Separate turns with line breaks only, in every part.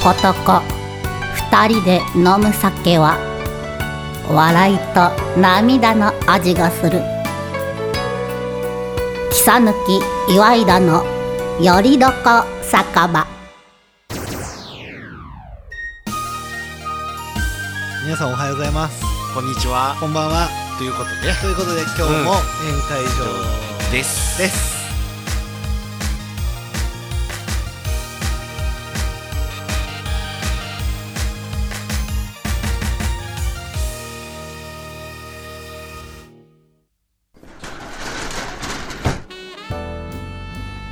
男二人で飲む酒は笑いと涙の味がする草抜き岩井田のよりどこ酒場
皆さんおはようございます
こんにちは。
こんばんは
ということで、
ということで今日も宴会場
です。
です、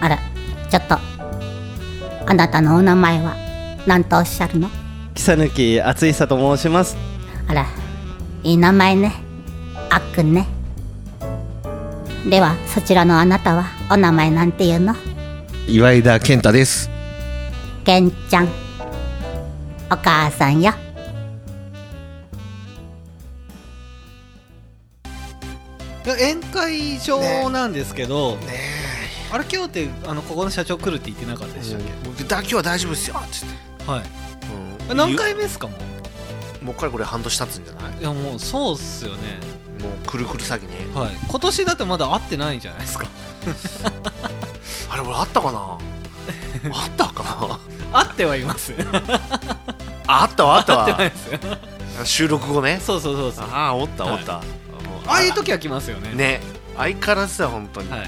あらちょっとあなたのお名前は何とおっしゃるの
草抜き厚久と申します
あらいい名前ねあっくんねではそちらのあなたはお名前なんていうの
岩井田健太です。
けんちゃんお母さんよ
宴会場なんですけど、あれ今日ってあのここの社長来るって言ってなかったでしたっけ、
だ今日は大丈夫ですよ。つっ
はい
て。
何回目ですかも
もう一回これ半年経つんじゃないう
いやもうそうっすよね
もうくるくる詐欺ね。
はい今年だってまだ会ってないんじゃないですか
あれ俺あったかな あったかな
会ってはいます
ああったわあった
会ってない
わ。
ですよ
収録後ね。
そうそうそうそうあ
ああ、おった
はい
おった。も
あいう時は来ますよね
ね。相変わらずだ、本当に。
は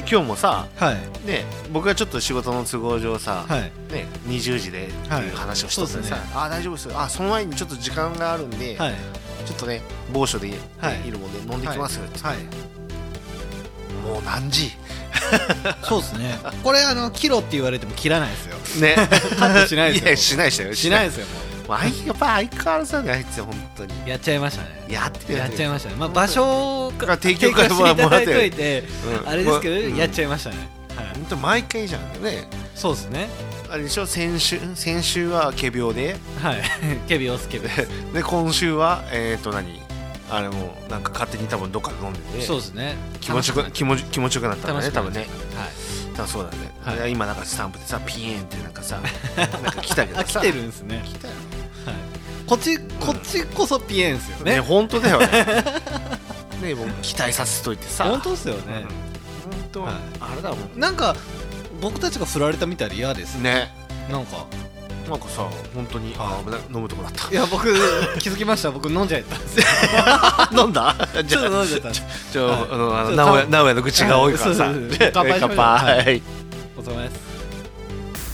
い
今日もさ、
はい
ね、僕がちょっと仕事の都合上さ、
はい
ね、20時でっていう話をしとってさ、
はいそうです
ああ、大丈夫ですよ。あその前にちょっと時間があるんで、
はい
ちょっとね、某所でね
はい
いるもんで飲んできますよ。つって
はい
もう何時
そうですねこれあの切ろって言われても切らないですよ
ね
カットしないですよ
やしないしない
しない
い
ですよも
もうあいやっぱ相変わらずなんだよあいつは本当に
うやっちゃいましたね
やってる
やっちゃいましたねまあ
本当
場所
だから提供から
提していただいとい
も
て
うん
あれですけど、
うん
やっちゃいましたね、はい、
本当毎回じゃんね
そうですね
あれでしょ先週先週は仮病で
はい ケビオスケビです
で今週はえっ、ー、と何あれもうなんか勝手に多分どっかで飲んで ね
そうですね
気持ちよく気持ち気持ちよくなったんだね多
楽
分
し
ね多分そうだね、
はい
で今なんかスタンプでさピーンってなんかさなんか来た け
はいあ
ど
来
さ
てるんですね
来たよ
こっちこっちこそピエンですよ
ね
ね
本当だよねねもう期待させといてさ
本当ですよね、
うん本当、
はい
あれだもん
なんか僕たちが振られたみたいで嫌ですね
ね
なんか
なんかさ本当に、あ危ない飲むとこだっ
いや僕 気づきました僕飲んじゃったんですよ
た飲ん だじ
ちょっ
ゃ
と
あ
飲んじゃったんです
ちょ、
はい
あのあ
ちょっ
の
と
名古屋名古屋の口が多いからさ
はいそうそうそう乾杯しましょう
乾杯
お疲れ様です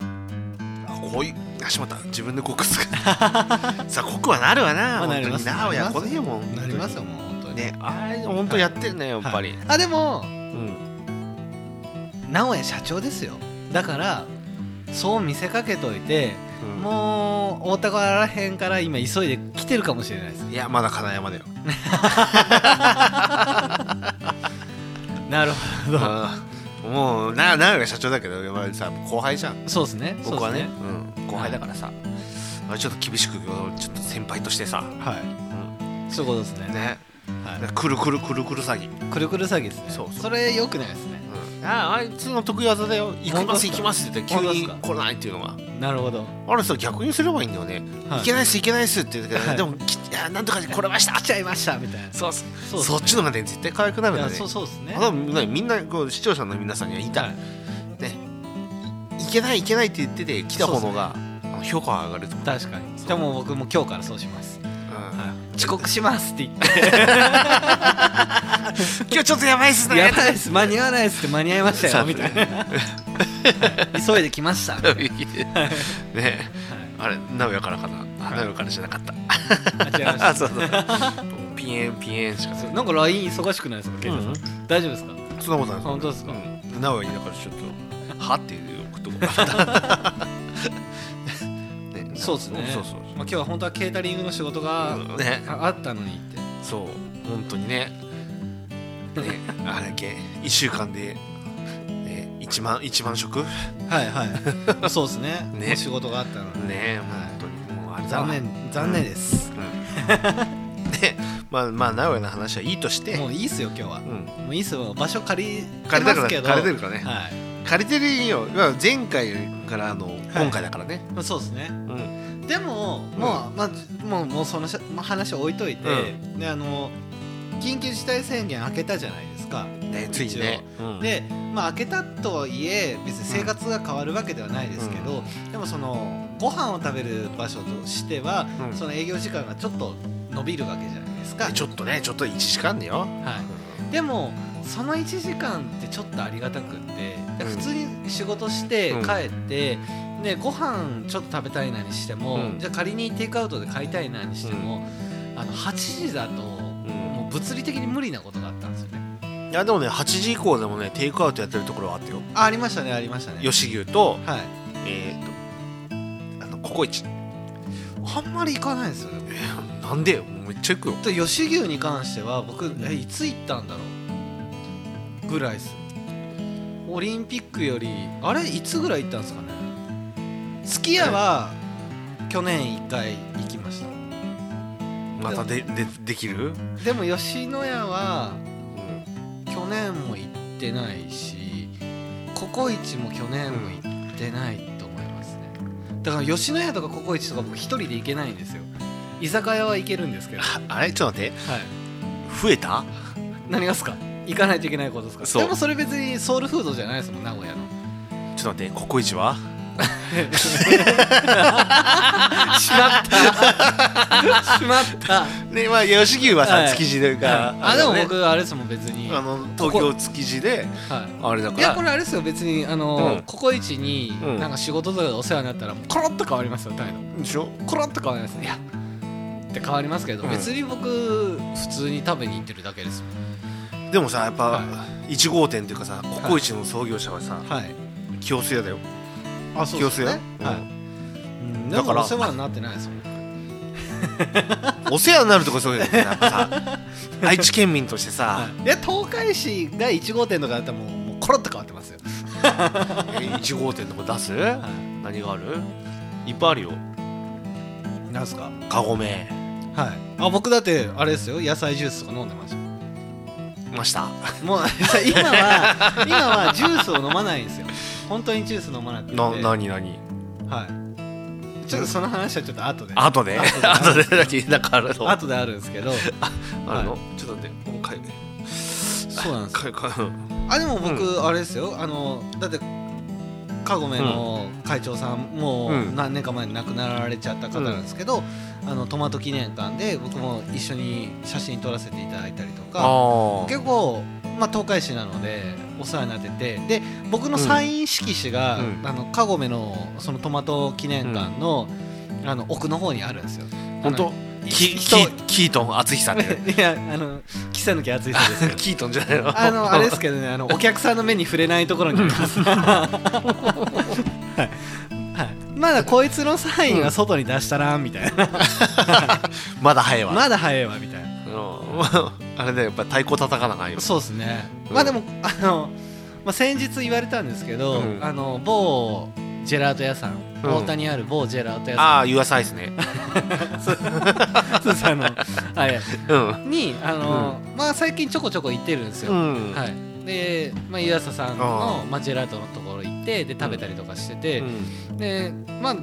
あこういうあしまった自分で濃くすか さ濃くはなるわな、
まあな
本
り
当
ま
に
す
名古屋これでもん
なりますよもう本当に
ねあれ本当やってるねやっぱり、
あでも
うん
名古屋社長ですよだからそう見せかけといて、
うん
もう大田原らへんから今急いで来てるかもしれないです
いやまだ金山だよ
なるほど
うんもうな名古屋社長だけどやっぱりさ後輩じゃん
そうですね
僕はね
そうっ
うん、後輩だからさ、あれちょっと厳しくちょっと先輩としてさ、
すねは
うん、
いそういうことですね
ね
は
くるくるくるくる詐欺、
い、くるくる詐欺ですね
そうそう
れよくないですね
あああいつの得意技だよ行き
本当
ま
っす
す
か
行きますって言って
本
急
当っす
に
か
来ないっていうのが
なるほど
あれさ逆にすればいいんだよね、
はい
い、けないっすいけないっすって言ってたけど、
はい
でもきいやなんとか来れました
来ちゃいましたみたいな
そうそ
そう
そっちの方がね絶対可愛くなる
い
んだ
や
ね
そうそうですね
あ多分ねみんなこう視聴者の皆さんには言いたい、
はい
ねいいけないいけないって言ってて来た方のが、あの評価が上がると思う、
確かにでも僕も今日からそうします、
うん
はい、遅刻しますって言って
今日ちょっとやばいっすね
やばいです間に合わないですって間に合いましたよみたいな 急いで来ました、はい、
ねあれ名古屋からかな、あ名古屋からじゃなかった
間違えまし
あ そうそうピエンピエンしか
たなんか LINE 忙しくないですか健太さん、大丈夫ですか
そんなことない
本当ですか
うん名古屋にだからちょっとはっていうことがあった、 ね
そうですね
そうそう
まあ、今日は本当はケータリングの仕事が、
そうね
ああったのにって
そう本当に ねねあれだけ一週間で、ね、一万一万食ね
はいはい そうですね
ね
お仕事があったのに
本当にもうあれだわ
残念残念です、
でまあまあ名古屋の話はいいとして
もういいっすよ今日は、
うん
もういいっすよ場所借りて
借りた
ま
く
すけ
な
ど
借りてるからね
はい、
借りてるよまあ前回からあの、今回だからね、
まあそうですね
うん、
でも、もうまあ、もうもうそのしゃ、まあ、話置いといて、であの緊急事態宣言開けたじゃないですか、
ねついにね、うん、
で、まあ、開けたとはいえ別に生活が変わるわけではないですけど、でもそのご飯を食べる場所としては、
うん
その営業時間がちょっと伸びるわけじゃないですか
でちょっとねちょっと1時間だよ、
はいでもその1時間ってちょっとありがたくってで
うん
普通に仕事して
うん
帰って、でご飯ちょっと食べたいなにしても、
うん
じゃあ仮にテイクアウトで買いたいなにしても、あの8時だとも
うん
う物理的に無理なことがあったんですよね
いやでもね8時以降でもねテイクアウトやってるところはあったよ
あありましたねありましたね
吉牛と
はい
えっ、とあのココイチ
あんまり行かないんですよね
えーなんでよもうめっちゃ行くよ
と吉牛に関しては僕えいつ行ったんだろうぐらいですオリンピックよりあれいつぐらい行ったんですかねすき家は去年1回行きました
またででできる、
でも吉野家は
うん
去年も行ってないしココイチも去年も行ってないと思いますねだから吉野家とかココイチとか僕一人で行けないんですよ居酒屋は行けるんですけど、は
ああれちょっと待って
い、
増えた
何がっすか行かないといけないことですか
そう
でもそれ別にソウルフードじゃないですもん名古屋の
ちょっと待ってココイチは
しまったしまった
ねまあ吉牛はさ、
はい
築地だから、
あでも
ね
僕あれですもん別に、
あ
は
の東京築地であれだ
い、い
か
やこ
ら
れあれですよ別にあの、
うん
ココイチに
うん
なんか仕事とかでお世話になったらもうコロッと変わりますよ態度
でしょ
コロッと変わりますねいやって変わりますけど、
うん
別に僕普通に食べに行ってるだけですも
でもさやっぱ、
は
1号店っていうかさココイチの創業者はさ、
んはい
清須屋だよ
あそ
清須屋、
はい、うん、だ
だ
か
から
らお世話になってないですもん
うんお世話になるとこそうだよねやっぱ さ愛知県民としてさ、
いや東海市が1号店とかだったらもうもうコロッと変わってますよ
え1号店のとこ出す何があるいっぱいあるよ
なんすか
カゴメ
はいあ僕だってあれですよ野菜ジュースとか飲んでました
ました
も う今は今はジュースを飲まないんですよ本当にジュース飲まなくて
な何何
はいちょっとその話はちょっと後で
あとであとでだけなんかあるのあ
後であるんですけど
るのちょっと待ってもう帰る
そうなん
かかうん
あでも僕あれですよあのだってカゴメの会長さんも
うん
う何年か前に亡くなられちゃった方なんですけど、あのトマト記念館で僕も一緒に写真撮らせていただいたりと
あ
か
ー
結構、まあ、東海市なのでお世話になっててで僕のサイン色紙が、
うん
あのカゴメのそのトマト記念館の,、あの奥の方にあるんですよ。
本当キキ
人
キートン厚久って
いやあの岸抜き厚い人ですけど
キートンじゃないの
あのあれですけどねあのお客さんの目に触れないところにあります。はいはいまだこいつのサインは外に出したらんみたいな
まだ早いわ、
まだ早いわみたいな
うんあれだよやっぱ太鼓叩かなあかんよ
そうですね
うん
まあでもあの、まあ、先日言われたんですけど、
うん
あの某ジェラート屋さん、
うん
太田にある某ジェラート屋さん
ああユアサイズ ね
そうですあのはい
うん
にあの、まあ最近ちょこちょこ行ってるんですよ、
うん、
はいい、で、まあ、湯浅さん
あ
の、まあ、ジェラートのところ行ってで食べたりとかしてて、でまあ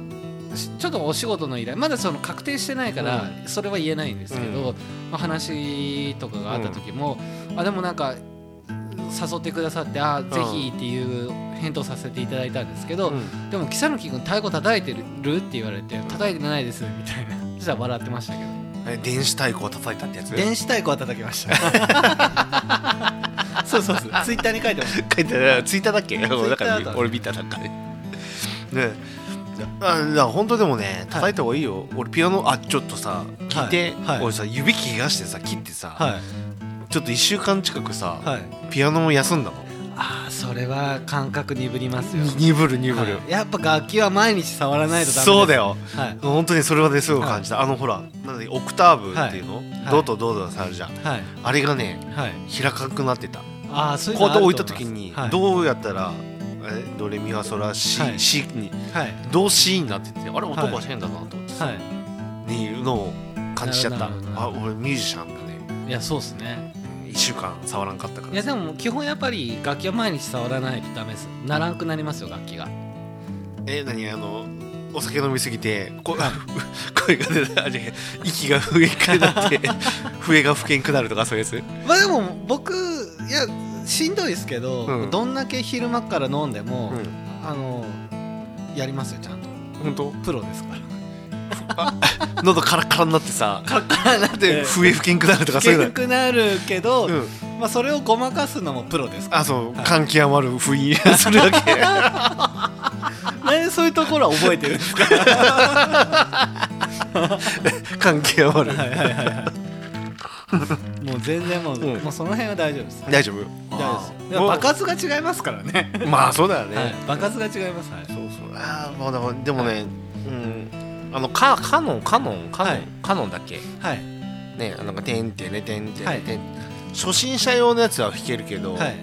しちょっとお仕事の依頼まだその確定してないから、それは言えないんですけど、まあ、話とかがあった時も、あでもなんか誘ってくださってあぜひっていう返答させていただいたんですけど、
うん
でも「木更木君太鼓叩いてる?」って言われて「叩いてないです」みたいな そしたら笑ってましたけど
え電子太鼓を叩いたってやつ
子太鼓は叩きました そうそうそうツイッターに書いてます
書いてある ツイッターだっけ
ターだ
だから俺見たなん かねねあだから本当でもね叩いた方がいいよ、俺ピアノあちょっとさ聞いて、
はいはい
俺さ指切がしてさ切ってさ、
はい
ちょっと1週間近くさ、
はい
ピアノを休んだの
ああそれは感覚鈍りますよ
鈍る鈍る、
はいやっぱ楽器は毎日触らないとダメです
そうだよ
はい
本当にそれはねすごく感じた、あのほらなんでオクターブっていうの、
い
ドとドとさあるじゃん
はい
あれがね
はい
開かなくなってた
ああそういう
こう
の
や
あ
って
る
置い
と
た
思
時
います
に
はい
どうやったらえドレミファソラシ、
はい
シに
はい
どうシになっててあれ音が変だなと思ってさ、
は
っていうのを感じちゃっ
な
た
るほどな
あ
るほ
俺ミュージシャンだね
いいやそうっすね
一1週間触らんかったから
いやでも基本やっぱり楽器は毎日触らないとダメですならなくなりますよ楽器が
え何あのお酒飲みすぎてこ 声が出たあじゃあ息が不えになって 笛が不見くなるとかそういうやつ
まあでも僕いやしんどいですけど、
うん
どんだけ昼間から飲んでも、
うん
あのやりますよちゃんと
本当
プロですから
喉カラッカラになってさカラカラになって笛不見くなるとかそういう
軽く
の
なるけど、
うん、
まあ、それをごまかすのもプロですか
あそう感極まる不意がす るわけ
らなんでそういうところは覚えてるんですか
感極まる
もう全然もう,、
うん
もうその辺は大丈夫です
大丈夫
大丈夫ですでも
も
場
う
数が違いますからね、
まあそうだよね、
はい、場数が違います、はい、
そうそうああまあだからでもね、うんあのカカノンカノンカノン、
はい
カノンだっけ
はい
ねなんかてんてねてんて
はい
ねてん初心者用のやつは弾けるけど、
はい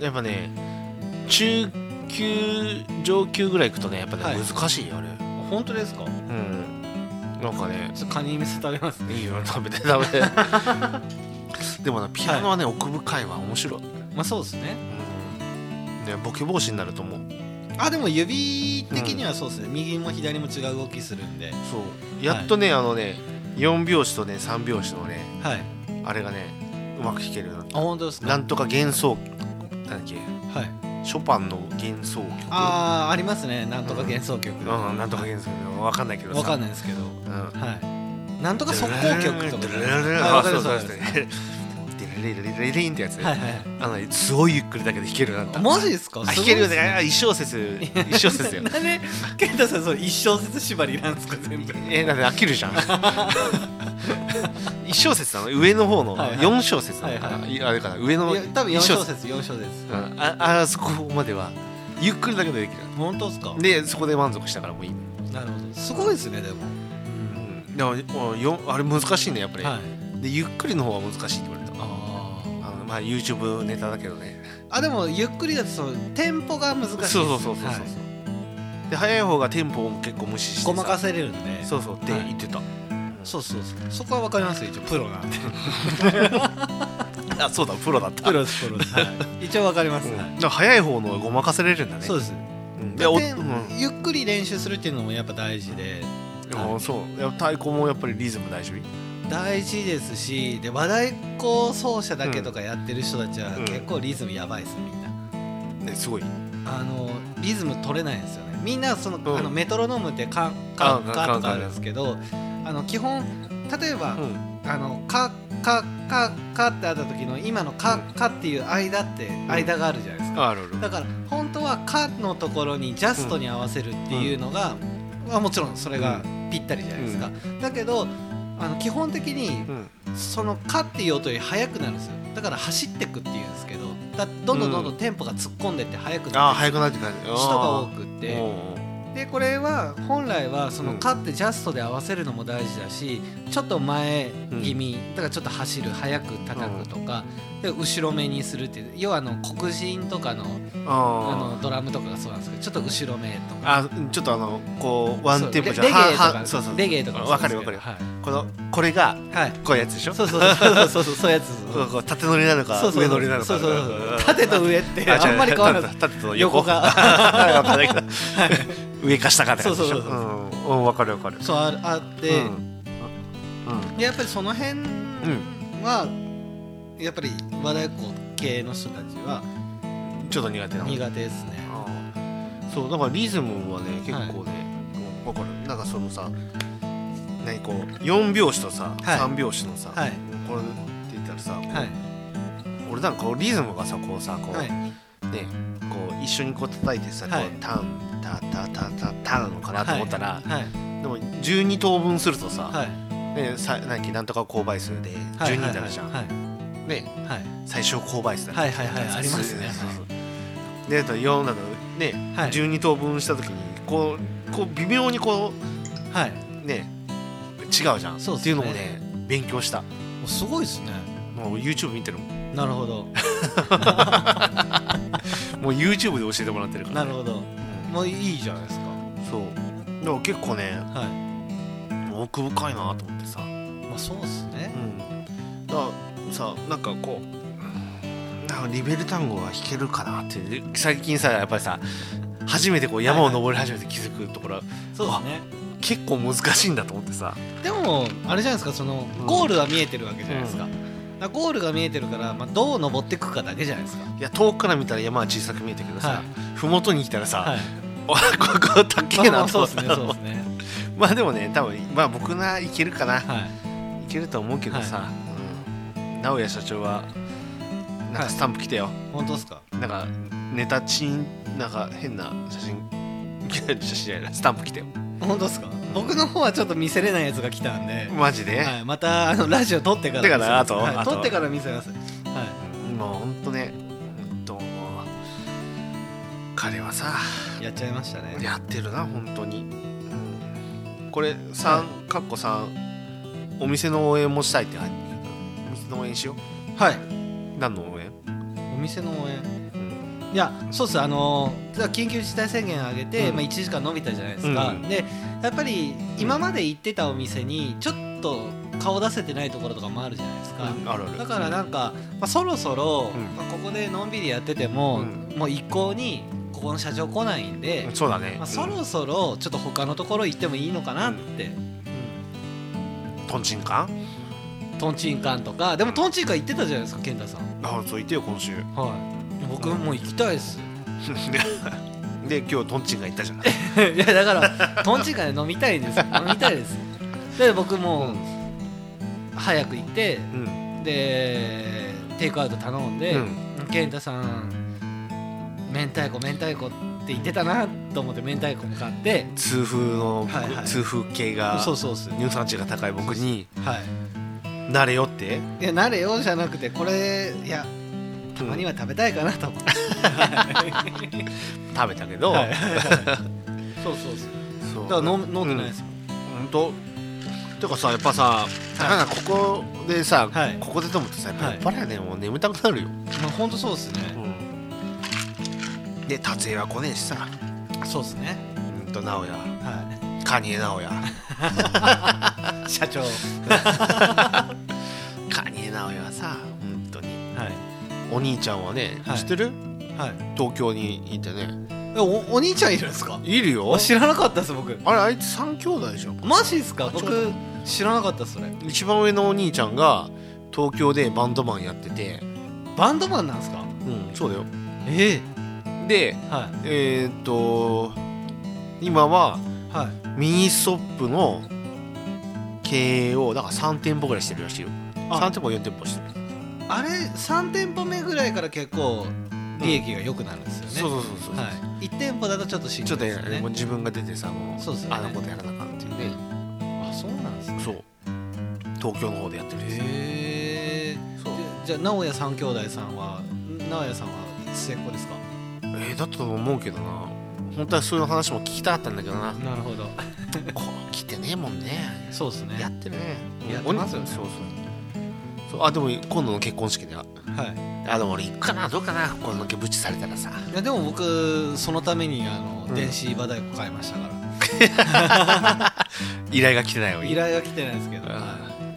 やっぱね中級上級ぐらいいくとねやっぱね、
はい
難しいよあれ
本当ですか
うんなんかね
ちょっとカニ見せ食べます
いいよ食べて食 べてでもねピアノはね、奥深いわ面白い、うん
まあそうですね
ね、ボケ防止になると思う
あでも指的にはそうですね、右も左も違う動きするんで
そうやっとね、あのね4拍子とね3拍子のね
はい
あれがねうまく弾けるようになった
あ本当です
なんとか幻想なんだっけ
はい
ショパンの幻想曲
ああありますねなんとか幻想曲、
うん、なんとか幻想曲わかんないけどさ
わかんないですけど
うん
はいなんとか速攻曲とか
ルルルルルル
はいわかりま
あ
す
そう
わ
そ
か
う
り
そう
ま
デレレレレレレンってやつ
すはいはい
あのねすごいゆっくりだけど弾けるようになった
マジですか
あ
す
弾
ごい
けるよ
っす
ねあ一小節一小節よ
なんで健太さんそれ一小節縛りなんですか全部
えだって飽きるじ ゃん一小節なの上の方の
はいはい
四小節なのか
は
な、いやあれかな上の
いや多分4
一
小節4小節
うんああそこまではゆっくりだけどできる
本当ですか
でそこで満足したからもういい、
なるほどすごいですねでも
うん、でももうよあれ難しいねやっぱり、
はい
でゆっくりの方は難しいって言われた
あー
あのまあ YouTube ネタだけどね
あでもゆっくりだとそのテンポが難しいです
そうそうそうそうそう、
はい
で早い方がテンポを結構無視してさ
ごまかせれるんで
そうそうって
はい
言ってた、
そうそうそうそこは分かりますよ一応プロなんで
あそうだ プロだった
プロですプロです、はい、一応分かります、
うんだ
は
か
い
ら早い方のごまかせれるんだね
そうです
うんで
で
おうん、
ゆっくり練習するっていうのもやっぱ大事で
でもそうやっぱ太鼓もやっぱりリズム大事
大事ですしで和太鼓奏者だけとかやってる人たちは
うん
結構リズムやばいですみんな
ねすごい
あのリズム取れないんですよねみんなその,、
ん
あのメトロノームってカンカンカ
あ
ン
カンカン
とかあるんですけどあの基本例えば、
うん
あのカカカカってあった時の今のカカっていう間って間があるじゃないですか、
あるある
だから本当はカのところにジャストに合わせるっていうのが、まあもちろんそれがぴったりじゃないですか、だけどあの基本的に
うん
そのカっていう音より速くなるんですよだから走ってくっていうんですけどだどんどんどんどんテンポが突っ込んでって速く
あ
な
あ
る
早くなって感じ
人が多くって。でこれは本来はその
うん
カってジャストで合わせるのも大事だしちょっと前気味、だからちょっと走る速く叩くとか、で後ろめにするっていう要はあの黒人とかのあ
あ
のドラムとかがそうなんですけどちょっと後ろめとか。
あちょっとあのこうワンテンポじゃ
そうレレゲエと
は
か
はそうそう
レゲエとかも
わかる
そう
わ
で
か
す
る
けど
このこれが
はい、はい、
こういうやつでしょ
そうそうそうそうそうそういうやつ
そうこう縦乗りなのか
そうそうそう
上乗りなのか
そうそうそう
うん
縦と上ってあんまり変わらない
縦と縦と
横
横
が
わかんないけど 上か下かって感じでしょ
そうそうそうそ
うんうんわかるわかる
そうあるあって、
うんうん
でやっぱりその辺は、やっぱり和太鼓系の人たちは
ちょっと苦手なの
苦手ですね、
うんそうだからリズムはね結構ねわかるなんかそのさ何こう四拍子とさ
はい
三拍子のさ
はい
これって言ったらさ
はい
俺なんかこうリズムがさこうさこう
はい
ね、こう一緒にこう叩いてさ、
はい
こうタンタタタタタなのかなと思ったら、
はい
でも12等分するとさ、
はい
ね、さなんかなんとか勾配数で
はい
12になるじゃん、
はい
ね、
はい
最小勾配数だね
はいはいはいありますね
そうそうであと4だとね、
はい
12等分した時にこうこう微妙にこ
はい、も
うね違うじゃん
そうっすね
っていうのもね勉強した
うすごいですね
もう YouTube 見てるもん
なるほど
もう YouTube で教えてもらってるか
な
ら
るほどもういいじゃないですか
そうでも結構ね
は
奥深いなと思ってさ
いまあそうですね
うん、だからさなんかこうあリベルタンゴは弾けるかなって最近さやっぱりさ初めてこう山を登り始めて気づくところ、
そうですね
結構難しいんだと思ってさ、
でもあれじゃないですかその
うん
ゴールは見えてるわけじゃないですか,、
う
だからゴールが見えてるから、まあ、どう登っていくかだけじゃないですか
いや遠くから見たら山は小さく見えたけど
は
さ、
い
麓に来たらさ、
い
わ ここ高え
まあまあ
なと
そう
思っ
です
た
ねそうですね
まあでもね多分まあ僕ならいけるかな、
はい
い、けると思うけどさ、
は
うん直哉社長はなん
は
か
い
スタンプ来てよ、
本当ですか
なんかネタチンなんか変な写真写真じゃないスタンプ来てよ
本当ですか僕の方はちょっと見せれないやつが来たんで、
マジで、
はい、またあのラジオ撮ってから
だか
見
ら
せます
あと
はい
あと
撮ってから見せますは
今ほんとねほんともう彼はさ
いやっちゃいましたね
やってるな本当に、うんこれ3かっこ3お店の応援もしたいって入ってるお店の応援しよ
はいう
何の応援、
お店の応援
うん
いやそうっすあのじゃあ緊急事態宣言上げて、
うん
まあ、1時間伸びたじゃないですか、
うん
でやっぱり今まで行ってたお店にちょっと顔出せてないところとかもあるじゃないですか、
あるある
だからなんか、まあ、そろそろ、
うん
まあ、ここでのんびりやってても、
う
もう一向にここの社長来ないんで、
そうだね、
まあ、そろそろちょっと他のところ行ってもいいのかなって、
とんちんか
とんちんかんとかでもとんちんかん行ってたじゃないですか健太さん
あそう言ってよ今週
はい僕もう行きたいです
で今日とんちんが行ったじゃん
いやだからとんちんかんで飲みたいん ですよ飲みたいですで僕も早く行って
うん
でテイクアウト頼んで、
うん
健太さん明太子明太子って言ってたなと思って明太子も買って
痛風の、
はいはい
痛風系が
そうそうっすは
乳酸値が高い僕に
い
なれよって
いや慣れようじゃなくてこれいやたまには食べたいかなと思って、
食べたけど、
そうそうそう
そう
だから飲む飲んでないです
本当てかさやっぱさ、なんかここでさ、
はい
ここでと思ってさやっぱ
はい
り酔っ払いねもう眠たくなるよ、
まあ、本当そうですね、
で達也は来ねえしさ
そうですね
うんと直哉
は
カニエ 直哉
い社長は
カニエ直哉はさ本当に
い
お兄ちゃんはね、
はい
知ってる
はい
東京にいてね
おお兄ちゃんいるんですか
いるよ
知らなかったです僕
あれあいつ3兄弟でしょ
マジですか
ちょ
僕知らなかったっすそれ
一番上のお兄ちゃんが東京でバンドマンやってて
バンドマンなんですか
うんそうだよ
え
で
えは
えー、っと今はい
はい
ミニストップの経営をだから3店舗ぐらいしてるらしいよ
あ
3店舗4店舗してる、
あれ3店舗目ぐらいから結構利益が良くなるんですよね、
そうそうそうそう、
はい、1店舗だとちょっとしん
ち
どい
ょっと
です
ね
よ
もう
ね
自分が出てさもう
そうですよね
あのことやらなあかんっていうね
あそうなんですね
そう東京の方でやってるんですよ
へえ
そう
じゃあ直哉三兄弟さんは直哉さんは末っ子ですか
えー、だったと思うけどな本当はそういう話も聞きたかったんだけどな
なるほど
こう来てねえもんね
そうですね
やってるね
やってますよね
おそうそうそうあでも今度の結婚式では
はい
あでも俺行くかなどうかなこんだけブチされたらさ
いやでも僕そのためにあの、
うん
電子バダイコ買いましたか
依頼が来てないよ
ら依頼が来てないですけど、は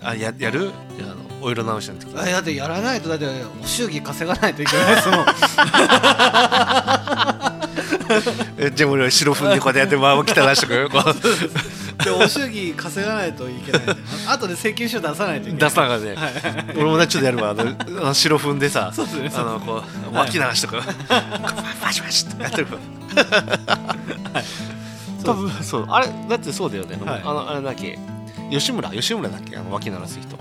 ああややるじゃああのお色直しの時
い、あだってやらないとだってお祝儀稼がないといけないです もん
えじゃあ俺は白踏んでこうやってやってまあ来たらし とくこう
でお祝儀稼がないといけないんであとで請求書出さないといけない
出さながね、俺もねちょっとやるわあのあの白踏んでさ
そうですね
あのこう脇流しと く、バシバシってやってるわ多分そうあれだってそうだよね、
はい
あのあれだっけ吉村吉村だっけあの脇流す人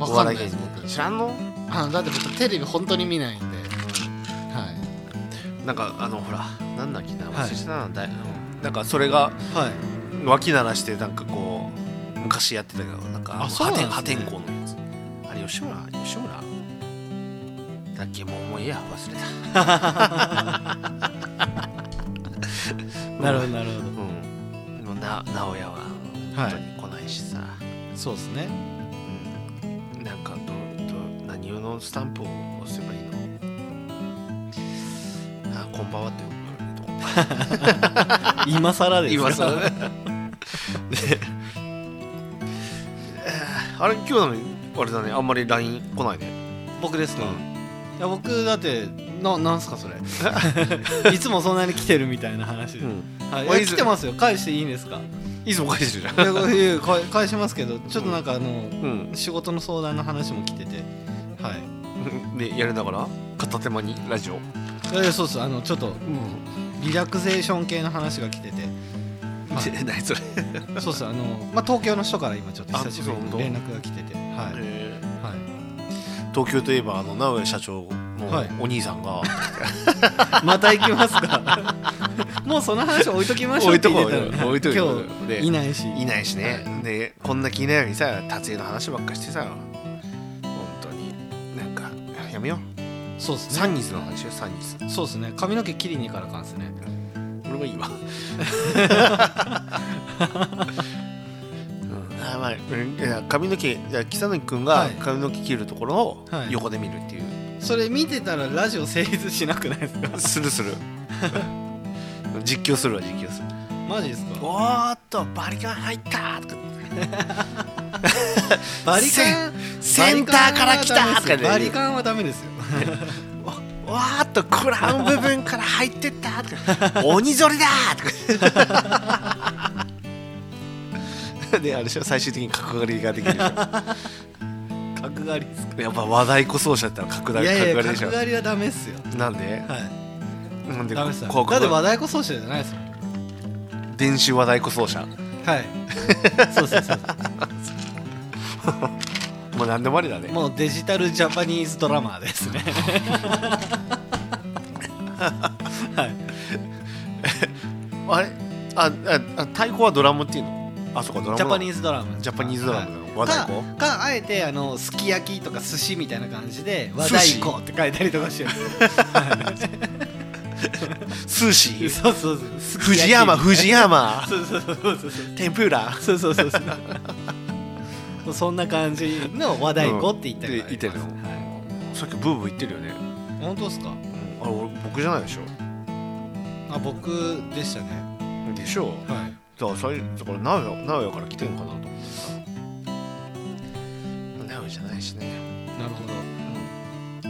わかんない
お笑い
です
芸人
僕
知らんの
あのだって僕テレビ本当に見ないんで、はい、
なんかあのほらなんだっけな
はい
忘れてたな、だいなんかそれが
はい
脇鳴らしてなんかこう昔やってたけどなんか
あそうなんですね
破天荒のやつあれ吉村吉村だっけもうもういいや忘れた
なるほどなるほど
うんもうな直哉は本当に来ないしさ、
そうですね
うんなんかどど何用のスタンプを押せばいいのあこんばんはって言われると思って
今更です
今さ
は
であれ今日なのにあれだねあんまり LINE 来ないね
僕ですか、
う
いや僕だってななんすかそれ いつもそんなに来てるみたいな話で、はいいや
おいず
来てますよ返していいんですか
いつも返してるじゃ
い
ん
やこう いう返返しますけどちょっとなんかあの、
うん
仕事の相談の話も来ててはい
ねやりながら片手間にラジオ
いやいやそうですあのちょっとリラクゼーション系の話が来ててはい
で何それ
そうですあの、まあ、東京の人から今ちょっと久しぶり
あそ
に
う
連絡が来ててはい、は
東京といえばあの直江社長の
はい
お兄さ んが
い、また行きますか もうその話置いときましょう
置い
って
とこ
言ってた
うよ
のに
置いとこうよ
今
で
日いないし
いないしね、でこんな気いないのにさ達也の話ばっかしてさ本当になんかやめよう
そうです
サ
ね
ンニーズの話よサンニーズ
そうですね髪の毛切りに行かなあかんですね
俺はいいわ、うん あまあうんいや髪の毛じゃあ木く君が
はい
髪の毛切るところを
はい
横で見るっていう、
それ見てたらラジオ成立しなくない ですか
するする実況するわ実況する
マジですか
おーっとバリカン入ったとか
バリカン
センセンターから来たとかね
バリカンはダメですよ
わわーっとクラウン部分から入ってったと か鬼ぞりだと かであれでしょ最終的に角刈りができるでしょ
角刈りですか
やっぱ話題こ奏者ってのは角刈
い
り
やいや
角刈りでし
角
ょ
刈りはダメっすよ
なんで
はい
なんで
ダメっすよ
こ
だって
こ
和太鼓奏者じゃないですもん
電子話題こ奏者
はいそうそうそう
もう何でもありだね
もうデジタルジャパニーズドラマーですねはい
あれあああ太鼓はドラムっていうのあそこドラム
ジャ
なの
パニーズドラマ
ジャパニーズドラムなの和太鼓
かかあえてあのすき焼きとか寿司みたいな感じで和
寿司
太鼓って書いたりとかして る
スーシー
そうそうそうすき焼き
藤山藤山
そうそうそうそうそう
天ぷら
そうそうそうそうそんな感じの和太鼓って言ったりとか
うん言ってるよさっきブーブー言ってるよね
はい本当ですか
あれ俺僕じゃないでしょ
あ僕でしたね
でしょ
はい
だから最だから名古屋名古屋から来てんのかなと思ってさ名古屋じゃないしね
なるほど。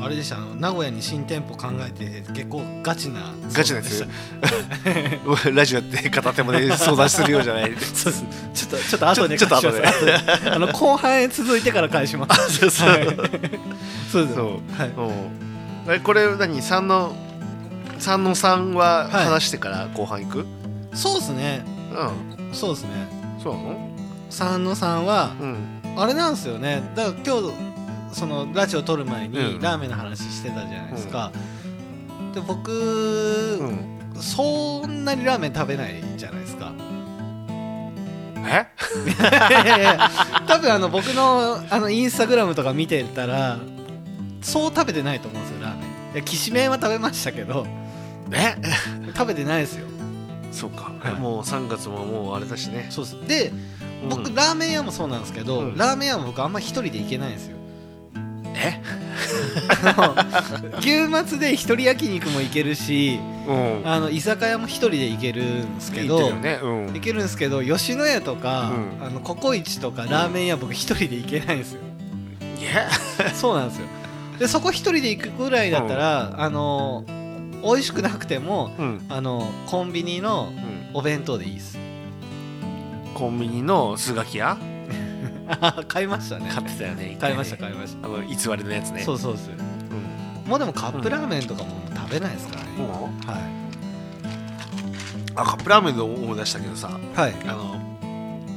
あれでしたあの名古屋に新店舗考えて結構ガチな
ガチなやつ ラジオやって片手間で相談するようじゃ ない
そうですちょっとちょっと後で
ちょっと後で
返します後であの後半へ続いてから返しますそうそう、はい、そうです
そう
はい
うんえこれ何3の3の3は
はい
話してから後半行く、
そうですね
うん
そうですね
そうなの
三の三は
うん
あれなんですよねだから今日そのラジオ撮る前
う
に
ん
ラーメンの話してたじゃないですか、で僕、
うん
そんなにラーメン食べないじゃないですか
え
いやいやいや多分あの僕のあのインスタグラムとか見てたらそう食べてないと思うんですよラーメンいやきしめんは食べましたけど
え
食べてないですよ
そうか、
い
もう3月ももうあれだしね
そうですで僕、
うん
ラーメン屋もそうなんですけど、
うん
ラーメン屋も僕あんま一人で行けないんですよ
え
あの牛松で一人焼肉も行けるし
うん
あの居酒屋も一人で行けるんですけ
言ってる
ど
よねうん
行けるんですけど吉野家とか、
うん
あのココイチとかラーメン屋僕一人で行けないんです よ
いや
そうなんですよでそこ一人で行くぐらいだったら、あの美味しくなくても
うん
あのコンビニの
うん
お弁当でいいです
コンビニの数学屋
あ買いましたね
買ってたよね
買いました
か
買いました、
あの偽りのやつね
そうそうです
うん
もうでもカップラーメンとかも食べないですからね、は
あカップラーメンで思い出したけどさ
いはい
あの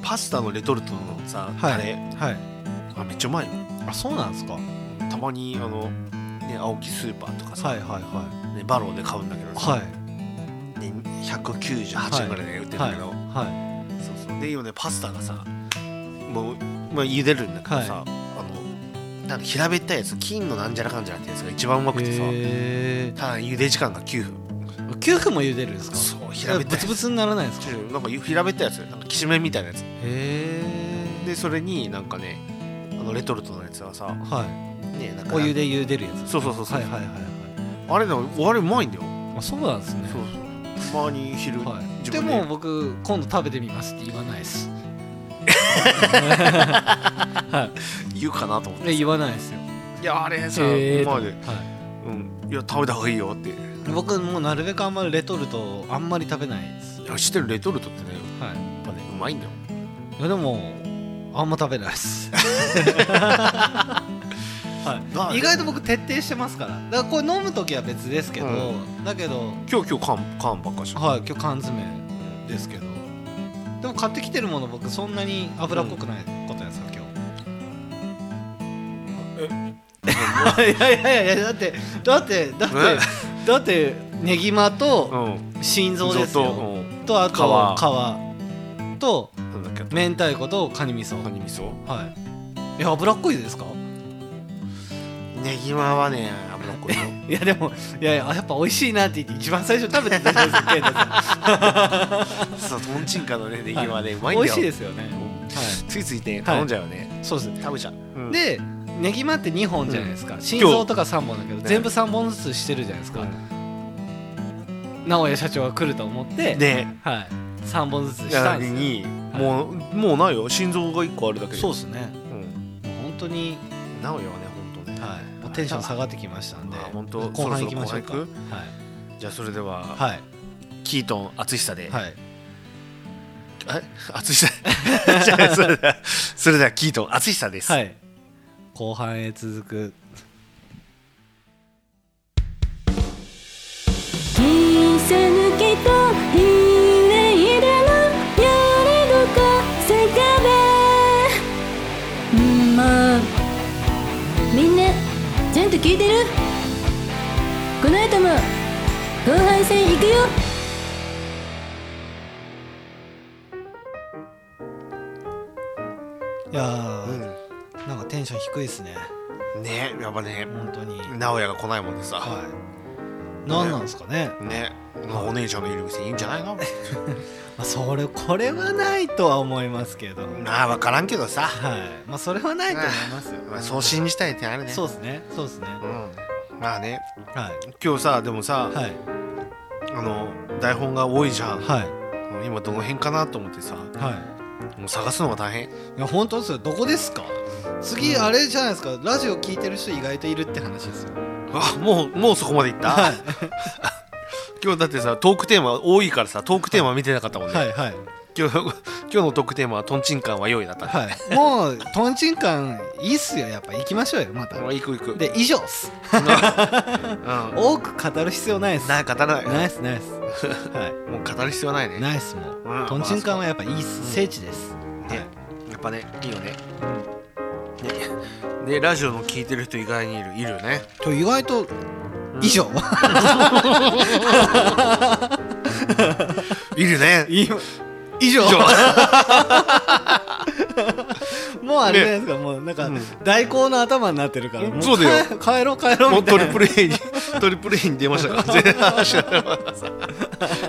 パスタのレトルトのさ
は
タ
い
レ
はい
あめっちゃうまいよ
あそうなんですかはい
たまにあのね青木スーパーとかさ
はいは
ねバローで買うんだけど
い
さ
はい
ね198円ぐらいで売ってるんだけど
は
そうそうで今ねパスタがさもう、まあ、茹でるんだけどさ、あのなんか平べったいやつ金のなんじゃらかんじゃらってやつが一番うまく
い
てさ
へえ
ただ茹で時間が9分
9分も茹でるんですか
そう平べった
ブ
い
ツブツにならないんですか
ち
へ
ょっとなんか平べったいやつなんかきしめんみたいなやつ
え
でそれになんかねあのレトルトのやつはさ
は
ねなん
い
か
お湯で茹でるやつ
そうそうそうそう
はいはいはいはい
あれだあれうまいんだよ
あそうなんですね
そうそうたまに昼、
はい、
自
で
分
も僕今度食べてみますって言わないです
言うかなと思って
え言わないですよ
いやあれさ、
えー
まあね
は
うん、いや食べた方がいいよってい
僕もうなるべくあんまりレトルトをあんまり食べないです
や知ってるレトルトってね
はい
やっぱねうまいんだよ
いやでもあんま食べないです はい、意外と僕徹底してますからだからこれ飲む時は別ですけど、
う
だけど
今日今日缶缶ばっかしょ
はい今日缶詰ですけどでも買ってきてるもの僕そんなに脂っこくないことやつ今日、いやいやいやいやだってだってだって
え
だってねぎま
う
と
ん
心臓です
と
よ
うん
とあと皮と
なんだっけあと
明太子とカニ味噌
何味噌
はい。いや、脂っこいですか。
ねぎまはね脂っこ
い
いよ
や、でも、いやいや、やっぱ美味しいなって言って、一番最初食べてたじゃないですか健太 さ
そうとんちんかのねねぎまはねうま
ん。
いん
美
だ
味しい
よ
ですよね。
うんついついね頼んじゃうよね
そうです。
食べちゃううん
で、ネギマって二本じゃないですか。心臓とか三本だけど、
ね
全部三本ずつしてるじゃないですか。直哉社長が来ると思って。
で
はい。三本ずつし
や
た
だ
ん
け
ですよ。
に
はい
もうもうないよ心臓が一個あるだけで
そう
う
ですね。
ん
もう本当に。
なおよはね本当ね
はい。もうテンション下がってきましたんで。
あ本当
後半行きましょうか。
そ
は。
ろそろ後じゃあそれではい
はい。
キートン厚久で
はい。
え厚久じゃあそれではそれではキートン厚久です
はい。後半へ続く。
「切り裂けたいだのやれどこせかべ」んまあみんなちゃんと聞いてるこの後も後半戦行くよ
いやー、
う
なんかテンション低いですね。
んねやっぱね
本当に。
直哉が来ないもんでさ
はい。なんなんですかね。
ねまあお姉ちゃんのいる店いいんじゃないの
まあ、それ、これはないとは思いますけど。はい。
まあ分からんけどさ
まあ、それはないと思いますよ。
まあそう信じたいってあるね
そうですね。そうですね。
うんまあね
は
今日さでも
い。
さ
はい。
あの台本が多いじゃん
は
今どの辺かなと思ってさ
い。は
もう探すのが大変
い。いや、本当ですよ。どこですか。次、あれじゃないですか。ラジオ聞いてる人意外といるって話ですよ。
あもうもうそこまでいった、
はい
今日だってさトークテーマ多いからさトークテーマ見てなかったもんね、
はい。はい。
今日今日のトークテーマは「とんちんかんは用意だった」
はい。もう、とんちんかん、いいっすよ。やっぱ行きましょうよ。また。
もう行く行く
で、以上っす。
うん、
多く語る必要ないっす。
なんか語らない
ナイスナイ ス。はい。
もう語る必要はないね
ナイスも
うん
う。とんちんかんはやっぱいいっす聖地です。
ねやっぱねいいよねねでラジオの聞いてる人意外にいるいるよね
と意外と以 上。
いるね
い 以上。もうあれじゃないですか。もうなんか大行の頭になってるから。も
そうだよ
帰帰ろう帰ろう
もう
みたい
ト
な。
リプル A にトリプル A に出ましたから全然話がなかったさ今日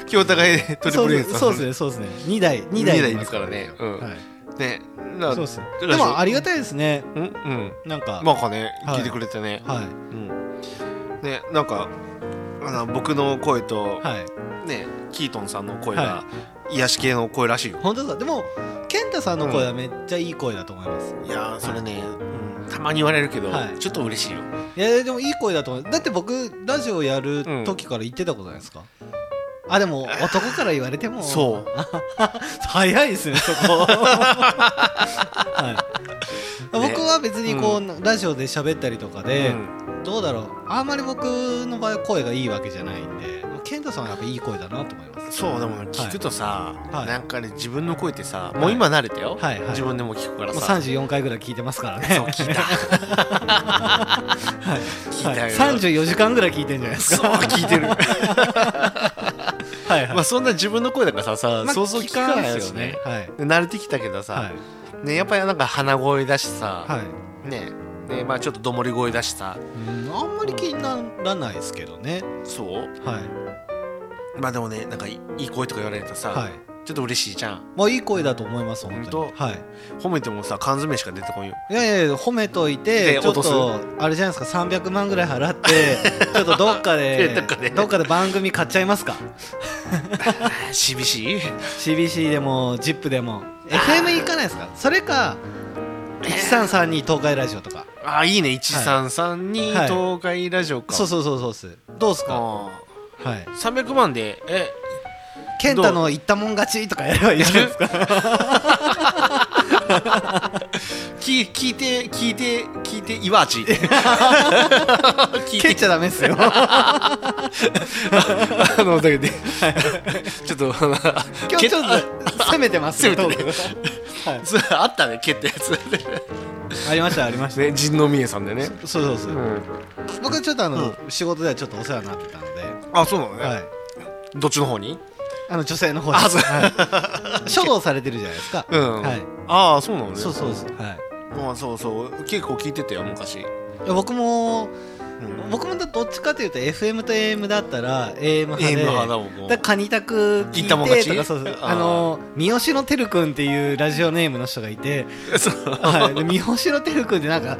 今日お互いねトリ
そ
プ
う
ル A
で
ですす
そうですねそうですね。二台
二
二台
台いますからねうん、
はい。
ね
そ
な
うですね。
ラジオ
でもありがたいですね。
うんうん
なんか
なんかね、
はい
聞いてくれてね、
はい
うん、ねなんかあの僕の声と、
はい。
ねキートンさんの声が、癒し系の声らしいよ
本当だ。でも健太さんの声はめっちゃいい声だと思います。
いやーそれね、うんたまに言われるけど、
はい
ちょっと嬉しいよ
いやでもいい声だと思うだって僕ラジオやる時から言ってたことないですか、あでも男から言われてもう
そう
早いですねそこ、 はい僕は別にこう、ラジオで喋ったりとかで、
うん
どうだろうあんまり僕の場合は声がいいわけじゃないんで健太さんはやっぱいい声だなと思います
そうでも聞くとさ、
はい
なんかね自分の声ってさ、
い
もう今慣れたよ、
はいはい
自分でも聞くから
もう
さ、
34回ぐらい聞いてますからね
そう聞いた聞いたよ、
はい、34時間ぐらい聞いてんじゃないです
そう
か
聞いて る
はい
まあそんな自分の声だからささ、
まあ
そうそう聞かないですよね
聞かないですよね
で慣れてきたけどさ、
はい
ね、やっぱりなんか鼻声だしさ、
はい、はい
ねでまあちょっとどもり声だしさ
うんあんまり気にならないですけどね。
そう
はい。
まあでもねなんかいいい声とか言われるとさ、
はい。
ちょっと嬉しいじゃん
まあいい声だと思います、本当に
本。当
はい。
褒めてもさ缶詰しか出てこんよ
いやいやいや、褒めといて
で、
ちょっ
落と
と、あれじゃないですか、300万ぐらい払 って、ちょっとどっか
え
で
どっかで、
どっかで番組買っちゃいますか。
厳しい
CBC でも、ZIP でも。FM 行かないですかそれか、1332東海ラジオとか。
あいいね133に
はい
東海ラジオか、
そうそうそうそうっすどうっすか
あ
はい
ー300万でえ
健太の言ったもん勝ちとかやればいいじゃないですか
聞聞いて聞いて聞いていわ ち 聞い
蹴ってちゃダメっすよ
あのだけで ちょっとあの
今日ちょっと 攻めてますよ
攻めてね
トーク
そうあったね蹴ったやつ
ありましたありました
ね陣宮さんでね、、
そうそうそううん僕ちょっとあの仕事ではちょっとお世話になってたので
あそうなのね、
はい
どっちの方に
あの女性の方に
あそう
はい書道されてるじゃないですか
うん
はい
ああそうなのね
そうそうですはい
うんそうそう結構聞いてたよ昔、
いや僕も
うん
僕もだどっちかというと FM と AM だったら AM 派
AM
で
派だ僕も
だからカニタク聞
行ったもん勝
い
ち
てとかそうそう
あー
あの三好のてるくんっていうラジオネームの人がいて
そう
はい、で三好のてるくんってなんか、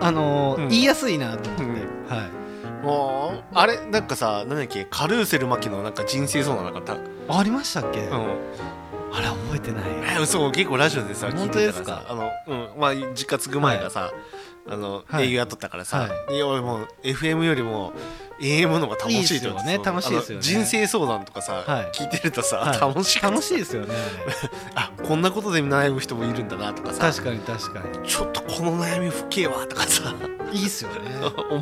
あのー
うん
言いやすいなと思って、
うん
はい、
もうあれなんかさなんだっけカルーセルマキのなんか人生相談なかった、う
ありましたっけ、あれ
ん、
覚えてない
え嘘結構ラジオでさ聞い
本当
て
で
たか
す
らさ
か
あの、うん、まあ実家継ぐ前がさ、あの
はい
営業やっとったからさ、、
はい
や俺もう FM よりも AM の方が楽しいと思って
いいっすよね
そう
楽しいですよね
あの人生相談とかさ、
はい
聞いてるとさ、
はい
楽しい
楽しいですよねあれ
あこんなことで悩む人もいるんだなとかさ
確かに確か
ちょっとこの悩み不敬わとかさ
にいいっすよね